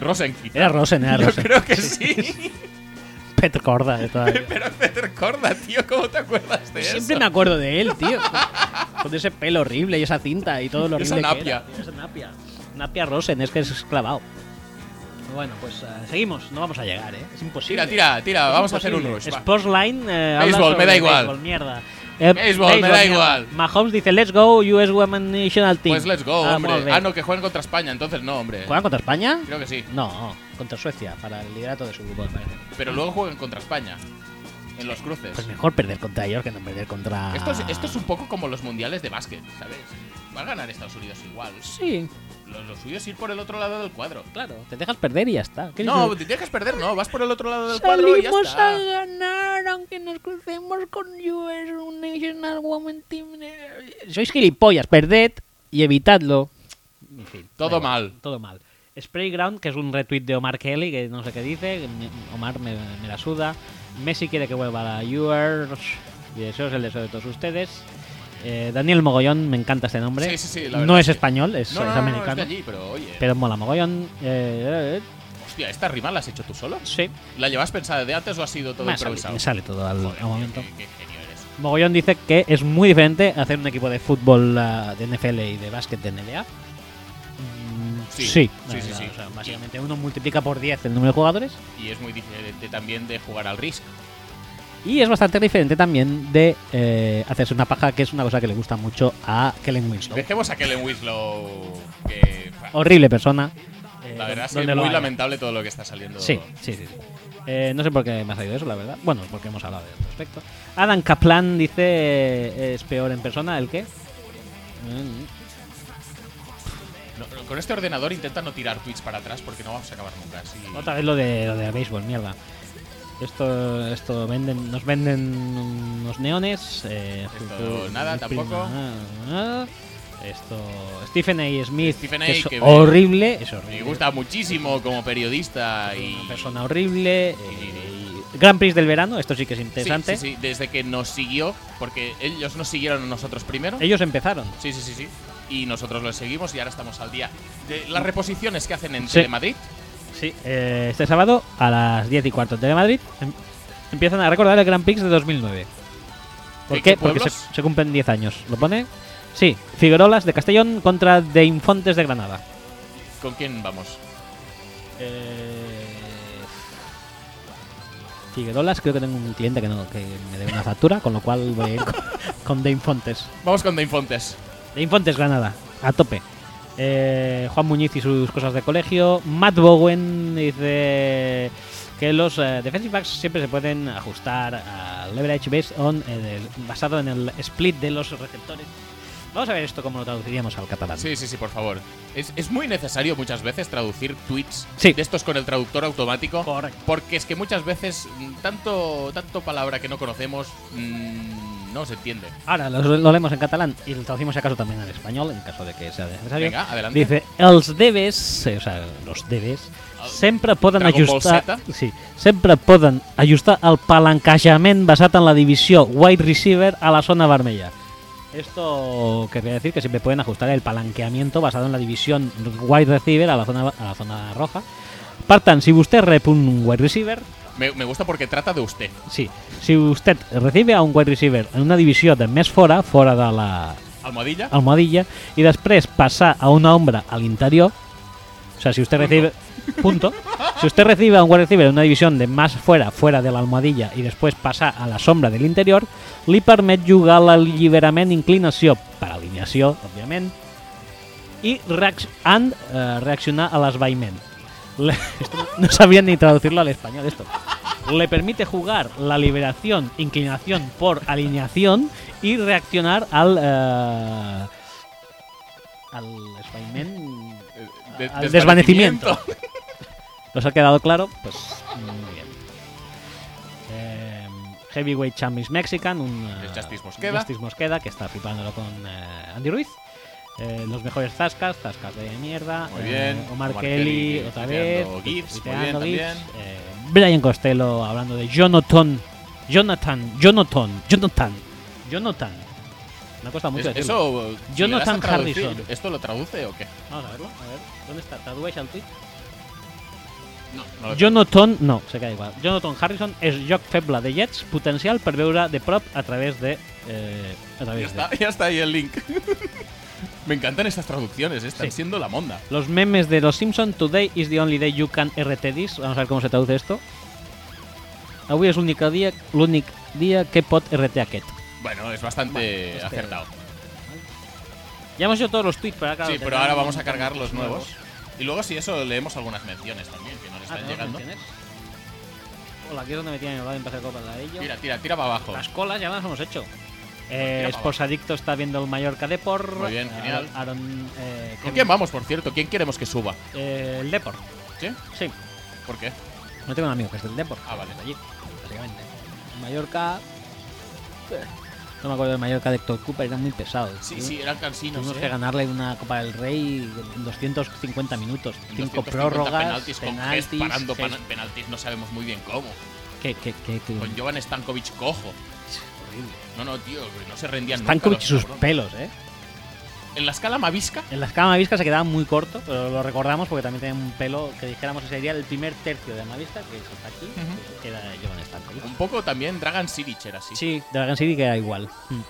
Rosenquist. Era Rosen, era Yo Rosen. creo que sí. Peter Corda de toda la vida. Pero Peter Corda, tío, ¿cómo te acuerdas de Siempre eso? me acuerdo de él, tío. Con ese pelo horrible y esa cinta y todo lo Y esa horrible que napia. era. tío. Esa napia. Napia Rosen, es que es clavado. Bueno, pues eh, seguimos. No vamos a llegar, ¿eh? Es imposible. Tira, tira, tira, Es vamos a hacer un imposible. rush. va. Sportsline. eh, habla Béisbol, me sobre da igual. béisbol, mierda. Eh, Béisbol, me da mierda. igual. Mahomes dice, let's go, US Women National Team. Pues let's go, Ah, molt hombre. bé. Ah, no, que juegan contra España, entonces no, hombre. ¿Juegan contra España? Creo que sí. No, contra Suecia, para el liderato de su grupo, me parece. Pero luego juegan contra España. En los cruces. Pues mejor perder contra ellos que no perder contra... Esto es, esto es un poco como los mundiales de básquet, ¿sabes? Va a ganar Estados Unidos igual. Sí, Lo, lo suyo es ir por el otro lado del cuadro. claro. Te dejas perder y ya está. ¿Qué No, dices? te dejas perder, no. Vas por el otro lado del cuadro y ya Salimos a está. ganar, aunque nos crucemos con US National Women Team. Sois gilipollas, perded y evitadlo. En fin, da Todo igual, mal. Todo mal. Sprayground, que es un retweet de Omar Kelly, que no sé qué dice. que me- Omar me, me la suda. Messi quiere que vuelva a la yours. Y eso es el deseo de todos ustedes. Eh, Daniel Mogollón, me encanta este nombre. Sí, sí, sí, no la verdad es, es que- español, es, No, es no, no, no, es americano. de allí, pero oye. pero mola Mogollón. Eh, eh, eh, Hostia, ¿esta rima la has hecho tú solo? sí, ¿La llevas pensada de antes o ha sido todo me sale, improvisado? me sale todo al, Joder, al momento. Qué, qué genio eres. Mogollón dice que es muy diferente hacer un equipo de fútbol eh, de NFL y de básquet de NBA. Mm, Sí, sí, sí, sí, o sea, sí. o sea, básicamente uno multiplica por 10 el número de jugadores Y es muy diferente también de jugar al Risk. y es bastante diferente también de eh, hacerse una paja, que es una cosa que le gusta mucho a Kellen Winslow. Dejemos a Kellen Winslow que... Horrible persona. eh, La verdad es que donde es lo muy haya. lamentable todo lo que está saliendo. Sí, sí, sí. sí. Eh, no sé por qué me ha salido eso, la verdad. Bueno, porque hemos hablado del respecto. Adam Kaplan dice eh, es peor en persona el que. Mm. No, no, con este ordenador intenta no tirar tweets para atrás porque no vamos a acabar nunca. así. Otra vez lo de lo del béisbol, mierda. Esto, esto venden, nos venden unos neones. eh, Esto juventud- nada, juventud- tampoco. nada, nada. ah, Esto, Stephen A. Smith, Stephen que A. es que ve- horrible, es horrible. Me gusta muchísimo como periodista y. Una persona horrible. eh, sí, y- Grand Prix del verano, esto sí que es Sí, interesante. sí, sí, desde que nos siguió, porque ellos nos siguieron a nosotros primero. Ellos empezaron. Sí, sí, sí, sí. Y nosotros los seguimos y ahora estamos al día. De las reposiciones que hacen en Sí. Telemadrid. Sí, eh, este sábado a las 10 y cuarto de Madrid em- empiezan a recordar el Grand Prix de 2009. ¿Por ¿De qué? qué Porque se, pueblos? se cumplen 10 años. ¿Lo pone? Sí, Figuerolas de Castellón contra De Infontes de Granada. ¿Con quién vamos? Eh, Figuerolas, creo que tengo un cliente que, no, que me debe una factura, con lo cual voy a ir con, con De Infontes. Vamos con De Infontes. De Infantes Granada, a tope. Eh, Juan Muñiz y sus cosas de colegio. Matt Bowen dice que los eh, defensive backs siempre se pueden ajustar al leverage based on eh, del- basado en el split de los receptores. Vamos a ver esto cómo lo traduciríamos al catalán. Sí, sí, sí, por favor. Es, es muy necesario muchas veces traducir tweets Sí. de estos con el traductor automático. Correcto. Porque es que muchas veces mm, tanto, tanto palabra que no conocemos mm, no se entiende. Ahora lo, lo leemos en catalán y lo traducimos si acaso también al español en caso de que sea necesario. Venga, adelante. Dice, els debes, eh, o sea, los debes, El sempre poden Dragon Ball ajustar... Sí, sempre poden ajustar el palanquejament basat en la divisió wide receiver a la zona vermella. Esto quería decir que siempre pueden ajustar el palanqueamiento basado en la división wide receiver a la zona, a la zona roja. Partan, si usted rep un wide receiver, Me, me gusta porque trata de usted. sí, si usted recibe a un wide receiver en una divisió de més fora, fora de la, Almohadilla. Ah, almohadilla y después pasa a una ombra al interior. O sea, si usted recibe. Punto. Si usted recibe a un wide receiver en una división de más fuera, fuera de la almohadilla y después pasa a la sombra del interior, li permet jugar l'alliberament inclinació per alineació, òbviament, i reac and, eh, reaccionar a l'esvaïment. Le- esto no- no sabía ni traducirlo al español esto. Le permite jugar la liberación, inclinación por alineación y reaccionar al... eh, al esvaïment... Eh, de- Al desvanecimiento. ¿Nos ha quedado claro? Pues muy bien. Eh, Heavyweight Champions Mexican, un eh, El Justice Mosqueda. Justice Mosqueda, que está flipándolo con eh, Andy Ruiz. Eh, los mejores zascas, zascas de mierda. Muy Eh, bien. Omar, Omar Kelly, Kelly otra vez. tuiteando gifs, muy tuiteando bien gifs. también. Eh, Brian Costello hablando de Jonathan. Jonathan, Jonathan, Jonathan, Jonathan. Me ha costado mucho Es- decirlo. eso, eh, si Jonathan le das a traducir, Harrison. ¿Esto lo traduce o qué? Vamos a verlo, a ver. ¿Dónde está? ¿Traduce al tweet? No, no lo Jonathan, no, se queda igual. Jonathan Harrison és joc feble de Jets, potencial per veure de prop a través de... Eh, a Ya través de... está, ya está ahí el link. Me encantan estas traducciones, están Sí. siendo la monda. Los memes de Los Simpson Today is the only day you can RT this. Vamos a ver cómo se traduce esto. Avui és l'únic dia, l'únic dia que pot RT aquest. Bueno, es bastante Bueno, este- acertado. Ya hemos hecho todos los tweets, pero, claro, sí, pero tenemos ahora vamos a cargar muchos los nuevos. Y luego, si eso, leemos algunas menciones también que nos Ah, están ¿tenemos llegando. menciones? Hola, aquí es donde me tienen el radio en Plaza de Copas de ello. Tira, tira, tira para abajo. Las colas ya las hemos hecho. Pues tira Eh, pa' Esposadicto está viendo el Mallorca Depor. Muy bien, Eh, genial. Aaron, eh, ¿Con Kevin- quién vamos, por cierto? ¿Quién queremos que suba? Eh, el Depor. ¿Sí? Sí, ¿Por qué? no tengo un amigo que es del Depor. Ah, vale. Es de allí, básicamente. Mallorca. eh, No me acuerdo del Mallorca de Héctor Cooper, era muy pesado. Sí, Tuvimos- sí, eran cansinos. Tuvimos ¿eh? que ganarle una Copa del Rey en 250 minutos, 5 250 prórrogas, penaltis, con Gest penaltis, parando Gest- pana- penaltis, no sabemos muy bien cómo. que- que- que- que- Con Jovan Stankovic cojo. horrible. No, no, tío, no se rendían Stankovic nunca. y los sus cabrones. pelos, eh. En la escala Mavisca, En la escala Mavisca se quedaba muy corto, pero lo recordamos porque también tenía un pelo que dijéramos ese sería el primer tercio de Mavisca, que es está aquí, Ujú. que era Jovan Stankovic. un poco también Dragan Siric era así. Sí, Dragon City que era igual. Mm.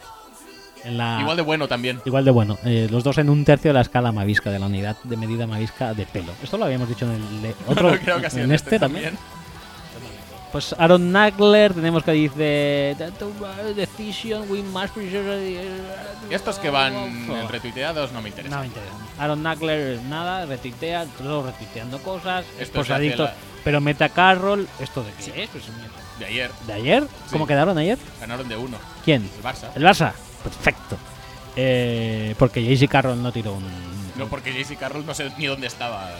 En la- Igual de bueno también. igual de bueno. Eh, los dos en un tercio de la escala Mavisca, de la unidad de medida Mavisca de pelo. Esto lo habíamos dicho en el de- otro. Creo que ha sido en este también. Pues Aaron Nagler, tenemos que dice. "That the Decision, we must preserve the-" Estos que van retuiteados no No me interesan. me interesa. Aaron Knuckler, nada, retuitea, todo retuiteando cosas, es Esto se hace posadicto. la- Pero Meta Carroll, ¿esto de qué es? Pues, De ayer ¿De ayer? ¿Cómo quedaron ayer? ganaron de uno. ¿Quién? El Barça. ¿El Barça? Perfecto. Eh, porque Jaycee Carroll no tiró un No, porque J.C. Carroll no sé ni dónde estaba.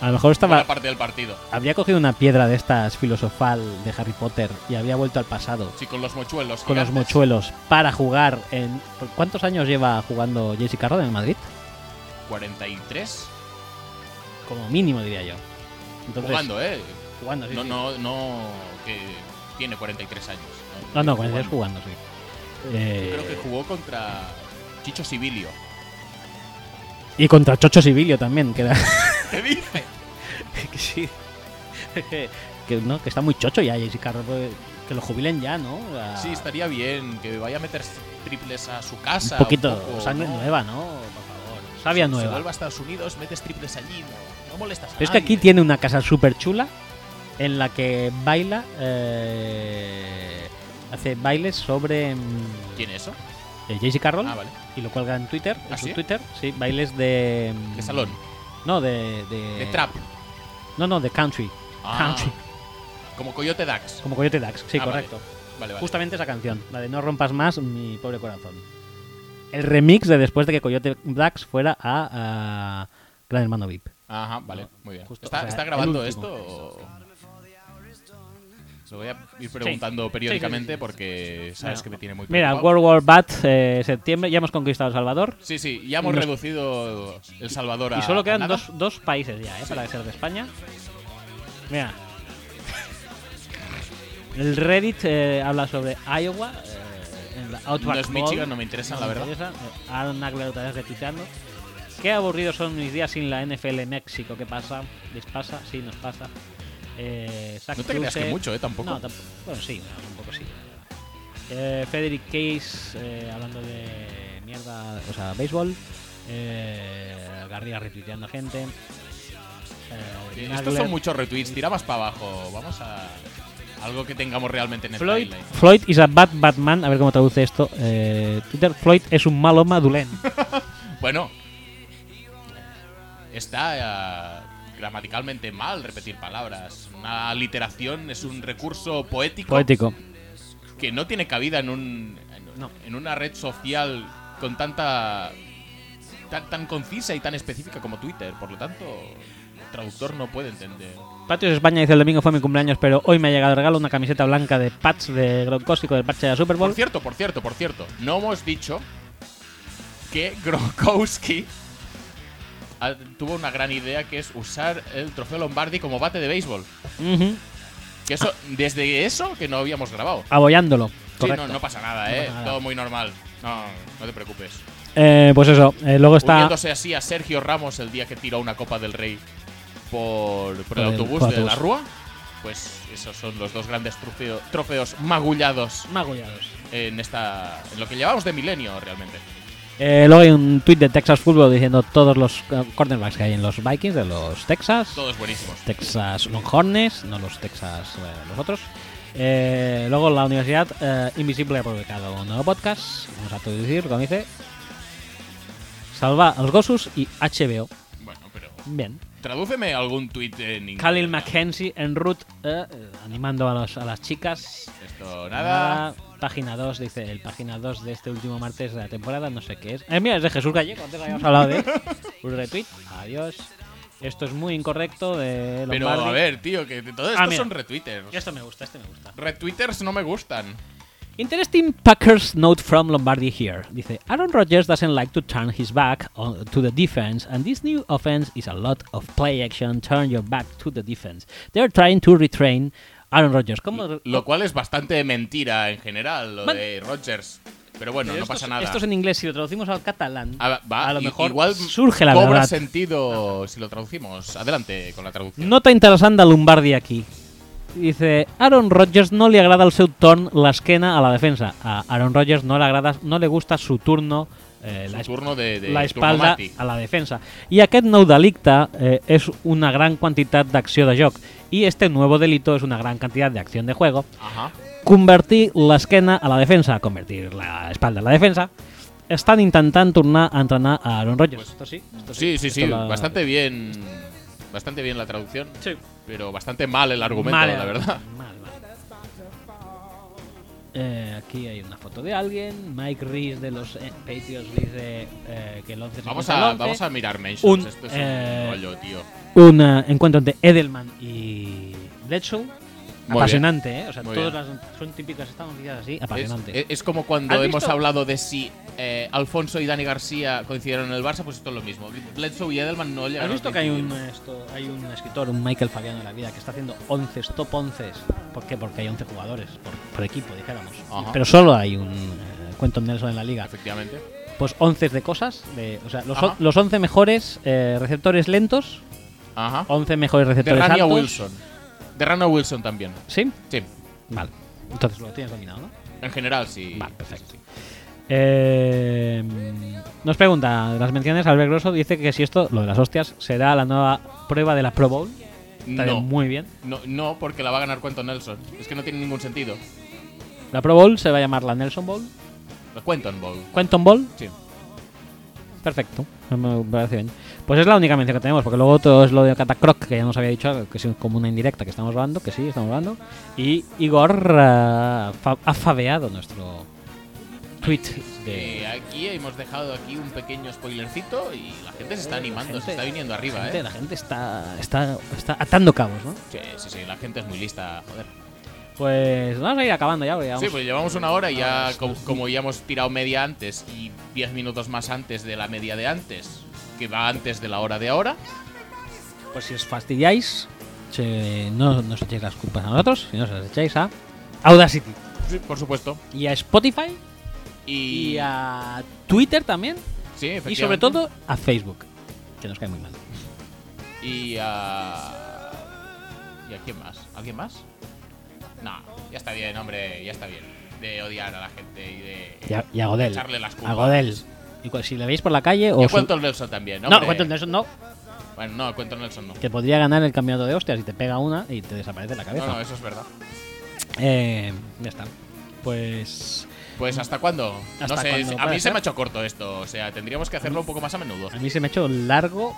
A lo mejor Estaba estaba, la parte del partido. habría cogido una piedra de estas filosofal de Harry Potter y había vuelto al pasado Sí, con los mochuelos. con los gigantes. mochuelos para jugar en... ¿Cuántos años lleva jugando Jesse Carroll en el Madrid? 43. Como mínimo, diría yo. Entonces, jugando, ¿eh? jugando, sí, No, sí. no, no. Que tiene 43 años. No, no, con el jugando, sí. Eh, Creo que jugó contra Chicho Sibilio. y contra Chocho Sibilio también, que era... ¿Qué dice? que sí. que, no, que está muy chocho ya Jesse Carroll, pues, que lo jubilen ya, ¿no? A- Sí, estaría bien que vaya a meter triples a su un casa. poquito, poco, sangre ¿no? nueva, ¿no? Por favor, sabia Se nueva. vuelva a Estados Unidos, metes triples allí, no, no molestas a Pero es que nadie. aquí tiene una casa súper chula en la que baila, eh, hace bailes sobre mm, ¿Tiene eso? Jaycee Carroll Ah, vale. y lo cuelga en Twitter, en ¿Ah, su sí? Twitter, sí, bailes de mm, ¿Qué salón? No, de de, De trap. No, no, de country, Ah, country, como Coyote Dax. como Coyote Dax, sí, Ah, vale. correcto. Vale, vale. Justamente esa canción, la de No rompas más mi pobre corazón. El remix de después de que Coyote Dax fuera a, a Gran Hermano VIP. Ajá, vale, muy bien. Justo, ¿Está, o sea, está el grabando último. esto? o- Lo voy a ir preguntando periódicamente porque sabes Bueno. que me tiene muy Mira, preocupado. World War Bat, eh, septiembre, ya hemos conquistado El Salvador. Sí, sí, ya hemos Nos- reducido El Salvador a. Y solo a quedan nada. dos, dos países ya, ¿eh? Para ser de España. Mira. El Reddit eh, habla sobre Iowa. eh, en la Outback No es Mall. Michigan, no me interesan, la me verdad. interesa. Eh, Aaron Ackler otra vez retuiteando. Qué aburridos son mis días sin la NFL en México. ¿Qué pasa? ¿Les pasa? Sí, nos pasa. Eh, Zach No te creas Kruse- que mucho, ¿eh? Tampoco. No, tampoco. Bueno, sí, no, tampoco sí. Eh, Frederick Case, eh, hablando de mierda, o sea, béisbol. Eh, Garriga retuiteando gente. Eh, Eh, Estos Nagler. son muchos retweets, tira más para abajo. Vamos a. Algo que tengamos realmente en el Floyd, timeline. Floyd is a bad Batman. A ver cómo traduce esto. Eh, Twitter, Floyd es un malo madulén. Bueno. Está eh, gramaticalmente mal repetir palabras. Una aliteración es un recurso Poético. que no tiene cabida en un en, No. en una red social con tanta tan, tan concisa y tan específica como Twitter, por lo tanto, el traductor no puede entender. Patios España dice el domingo fue mi cumpleaños, pero hoy me ha llegado de regalo una camiseta blanca de Pats de Gronkowski del parche de la Super Por Bowl. cierto, por cierto, por cierto, no hemos dicho que Gronkowski ha- tuvo una gran idea que es usar el trofeo Lombardi como bate de béisbol. Ujú. Que eso desde eso que no habíamos grabado. Abollándolo. Sí, Correcto. no, no pasa nada, No eh, pasa nada. todo muy normal. No, no te preocupes. Eh, pues eso. eh, luego está. uniéndose así a Sergio Ramos el día que tiró una Copa del Rey por, por el el- autobús por de la autobús. Rúa. Pues esos son los dos grandes trofeo- trofeos magullados Magullados. en esta en lo que llevamos de milenio realmente. Eh, luego hay un tweet de Texas Football diciendo todos los eh, cornerbacks que hay en los Vikings, de los Texas, Todos buenísimos. Texas Longhorns, no los Texas, eh, los otros. Eh, luego la Universidad eh, Invisible ha publicado un nuevo podcast, vamos a traducir, como dice, Salva a los Gosus y HBO. Bueno, pero Bien. tradúceme algún tuit en inglés. Khalil McKenzie en route, eh, eh, animando a, los, a las chicas. Esto nada. Página 2, dice el página 2 de este último martes de la temporada, no sé qué es. Eh, mira, es de Jesús Gallego, antes habíamos hablado de él. Un retweet, adiós. Esto es muy incorrecto de Lombardi. Pero a ver, tío, que de- todo esto Ah, mira. son retwitters. Esto me gusta, este me gusta. Retwitters no me gustan. Interesting Packers note from Lombardi here. Dice, Aaron Rodgers doesn't like to turn his back on, to the defense, and this new offense is a lot of play action, turn your back to the defense. They're trying to retrain Aaron Rodgers. ¿Cómo re- Lo cual es bastante mentira en general, lo Man- de Rogers. Pero bueno, Pero no esto pasa es- nada. Esto es en inglés, si lo traducimos al catalán, Ah, va, a lo i- mejor igual surge la cobra verdad. sentido si lo traducimos. Adelante con la traducción. Nota interesante a Lombardi aquí. Dice, Aaron Rodgers no le agrada el seu torn l'esquena a la defensa. A Aaron Rodgers no le, agrada, no le gusta su turno, eh, Su la, turno de, de la espalda Turnomati. a la defensa. I aquest nou delicte eh, és una gran quantitat d'acció de joc i este nuevo delito es una gran cantidad de acción de juego. Ajá. Convertir l'esquena a la defensa, convertir la espalda a la defensa. Estan intentant tornar a entrenar a Aaron Rodgers. Pues, esto sí, esto Sí, sí, sí. esto la- Bastante bien. Bastante bien la traducción. Sí. Pero bastante mal el argumento, Mal, la verdad. mal, mal. Eh, aquí hay una foto de alguien. Mike Rees de los eh, Patriots dice eh, que el 11 se Vamos encuentra a, al 11. vamos a mirar mentions. Un, Esto es eh, un rollo, tío. Un eh, encuentro entre Edelman y Bledsoe. bien. Apasionante, ¿eh? O sea, Muy todas las son típicas estadounidenses así. Es, Apasionante. e, es- es como cuando ¿Has hemos visto? hablado de si eh, Alfonso y Dani García coincidieron en el Barça, pues esto es lo mismo. Bledsoe y Edelman no ¿Has llegaron visto a que hay un, coincidir. eh, esto- hay un escritor, un Michael Fabiano de la vida, que está haciendo 11 top 11? ¿Por qué? Porque hay 11 jugadores por, por equipo, dijéramos. Ajá. Pero solo hay un eh, Quentin Nelson en la liga. Efectivamente. Pues 11 de cosas. De, o sea, los, Ajá. on- los 11 mejores eh, receptores lentos, Ajá. 11 mejores De receptores Rania altos. Wilson. De Rania Wilson también. ¿Sí? Sí. Vale. Entonces lo tienes dominado, ¿no? En general, sí. Vale, perfecto. Sí, sí. Eh, mm, nos pregunta, de las menciones, Albert Grosso dice que si esto, lo de las hostias, será la nueva prueba de la Pro Bowl. Estaría No. muy bien. No, no, porque la va a ganar Cuento Nelson. Es que no tiene ningún sentido. La Pro Bowl se va a llamar la Nelson Bowl. La Cuenton Bowl. Quantum Ball, Pues Sí. perfecto. Me parece bien. Pues es la única mención que tenemos, porque luego todo es lo de Catacroc, que ya nos había dicho, que es como una indirecta que estamos hablando, que sí, estamos hablando. Y Igor ah, fa- ha fabeado nuestro tweet de Eh, aquí hemos dejado aquí un pequeño spoilercito y la gente se está Eh, animando, gente- se está viniendo arriba, gente. ¿eh? La gente está, está, está atando cabos, ¿no? Sí, sí, sí, la gente es muy lista, joder. Pues vamos a ir acabando ya, porque Sí, llevamos- pues llevamos una hora y ya, Vamos. co- como ya hemos tirado media antes y 10 minutos más antes de la media de antes, que va antes de la hora de ahora, Pues si os fastidiáis, se- no nos echéis las culpas a nosotros, sino se las echáis a Audacity sí, por supuesto. y a Spotify. Y, y a Twitter también sí, y efectivamente. sobre todo a Facebook, que nos cae muy mal. Y a. ¿Y a quién más? ¿A quién más? Nah, ya está bien, hombre, ya está bien. De odiar a la gente y de. Y a, y a Godel. Echarle las a culpas. Godel. Y cu- si le veis por la calle Y o a su- Cuento Nelson también, No, hombre. cuento Nelson no, Bueno, no, a Cuento Nelson no. que podría ganar el campeonato de hostias y te pega una y te desaparece la cabeza. No, no, eso es verdad. Eh, ya está. Pues Pues hasta cuándo? ¿Hasta no sé, cuándo a puede mí se ser? me ha hecho corto esto, o sea, tendríamos que hacerlo un poco más a menudo. a mí se me ha hecho largo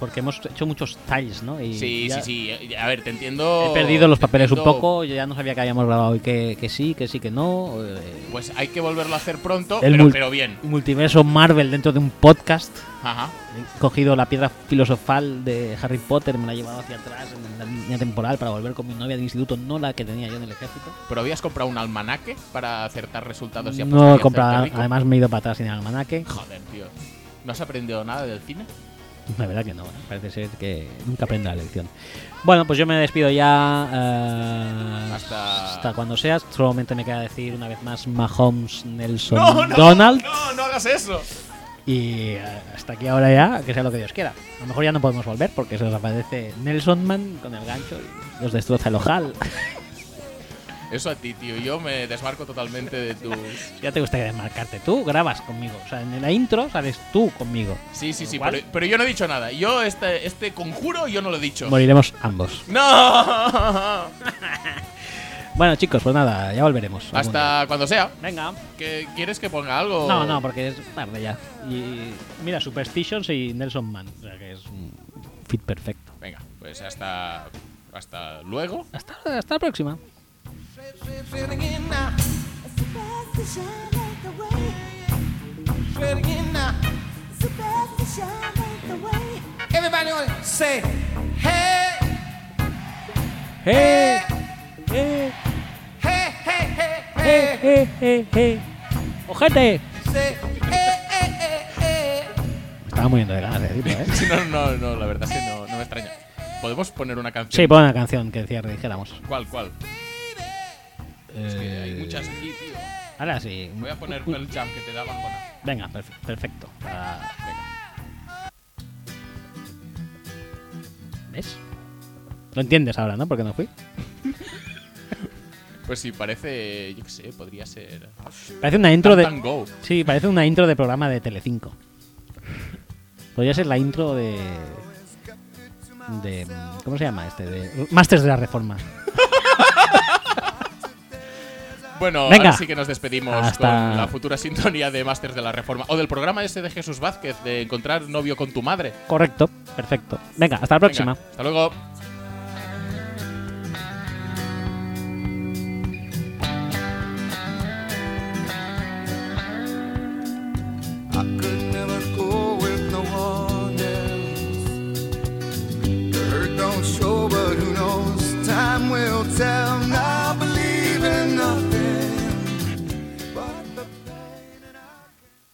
porque hemos hecho muchos talls, ¿no? Y Sí, ya sí, sí. A ver, te entiendo. He perdido los te papeles un entiendo. poco, yo ya no sabía que habíamos grabado y que, que sí, que sí, que no. eh, Pues hay que volverlo a hacer pronto, El pero, mul- pero bien. multiverso Marvel dentro de un podcast. Ajá. He cogido la piedra filosofal de Harry Potter, me la he llevado hacia atrás en la línea temporal para volver con mi novia del instituto, no la que tenía yo en el ejército. ¿Pero habías comprado un almanaque para acertar resultados y apostar No y he comprado, hacerte rico? además me he ido para atrás sin almanaque. Joder, tío. ¿No has aprendido nada del cine? La verdad que no, ¿eh? parece ser que nunca aprendo la lección. Bueno, pues yo me despido ya eh, Hasta- cuando seas. Solamente me queda decir una vez más Mahomes, Nelson, No, no, Donald. No, no hagas eso. Y eh, hasta aquí ahora ya, que sea lo que Dios quiera. A lo mejor ya no podemos volver porque se nos aparece Nelson Man con el gancho y nos destroza el ojal. Eso a ti, tío. Yo me desmarco totalmente de tus. Ya te gusta desmarcarte. Tú grabas conmigo. O sea, en la intro sales tú conmigo. Sí, sí, sí. Igual. Pero, pero yo no he dicho nada. Yo, este, este conjuro, yo no lo he dicho. Moriremos ambos. ¡No! Bueno, chicos, pues nada, ya volveremos. algún día. Hasta cuando sea. Venga. ¿Qué- ¿Quieres que ponga algo? No, no, porque es tarde ya. Y mira, Superstitions y Nelson Man. O sea, que es un fit perfecto. Venga, pues hasta. Hasta luego. Hasta, hasta la próxima. Say it again now. Superstition ain't the way. Say it again now. Superstition ain't the way. Everybody on it. Say, hey, ¡Eh! ¡Eh! hey, hey, hey, ¡Eh! hey. ¡Eh! ¡Eh! ¡Eh! ¡Ojete! Say, hey, hey, hey, hey. Estaba muriendo de ganas de decirlo, ¿eh? Sí, no, no, no, la verdad es que no, no me extraña. ¿Podemos poner una canción? Sí, pon una canción que cierre, dijéramos. Eh, ¿Cuál, cuál? Es que hay muchas aquí, tío. Ahora sí. Voy a poner el jam que te da bajona. Venga, perfe- perfecto. Ah, Para- Venga. ¿Ves? Lo entiendes ahora, ¿no? Porque no fui. Pues sí, parece, yo qué sé, podría ser. Parece una intro Tan, tan, de. go. Sí, parece una intro de programa de Telecinco. Podría ser la intro de. De. ¿Cómo se llama este? De. Masters de la Reforma. Bueno, Venga. ahora sí que nos despedimos Hasta- con la futura sintonía de Masters de la Reforma. O del programa ese de Jesús Vázquez de encontrar novio con tu madre. Venga, Correcto, perfecto. Venga, hasta la próxima. hasta luego. Superstition I could never go with no one else. The hurt don't show, but who knows? Time will tell.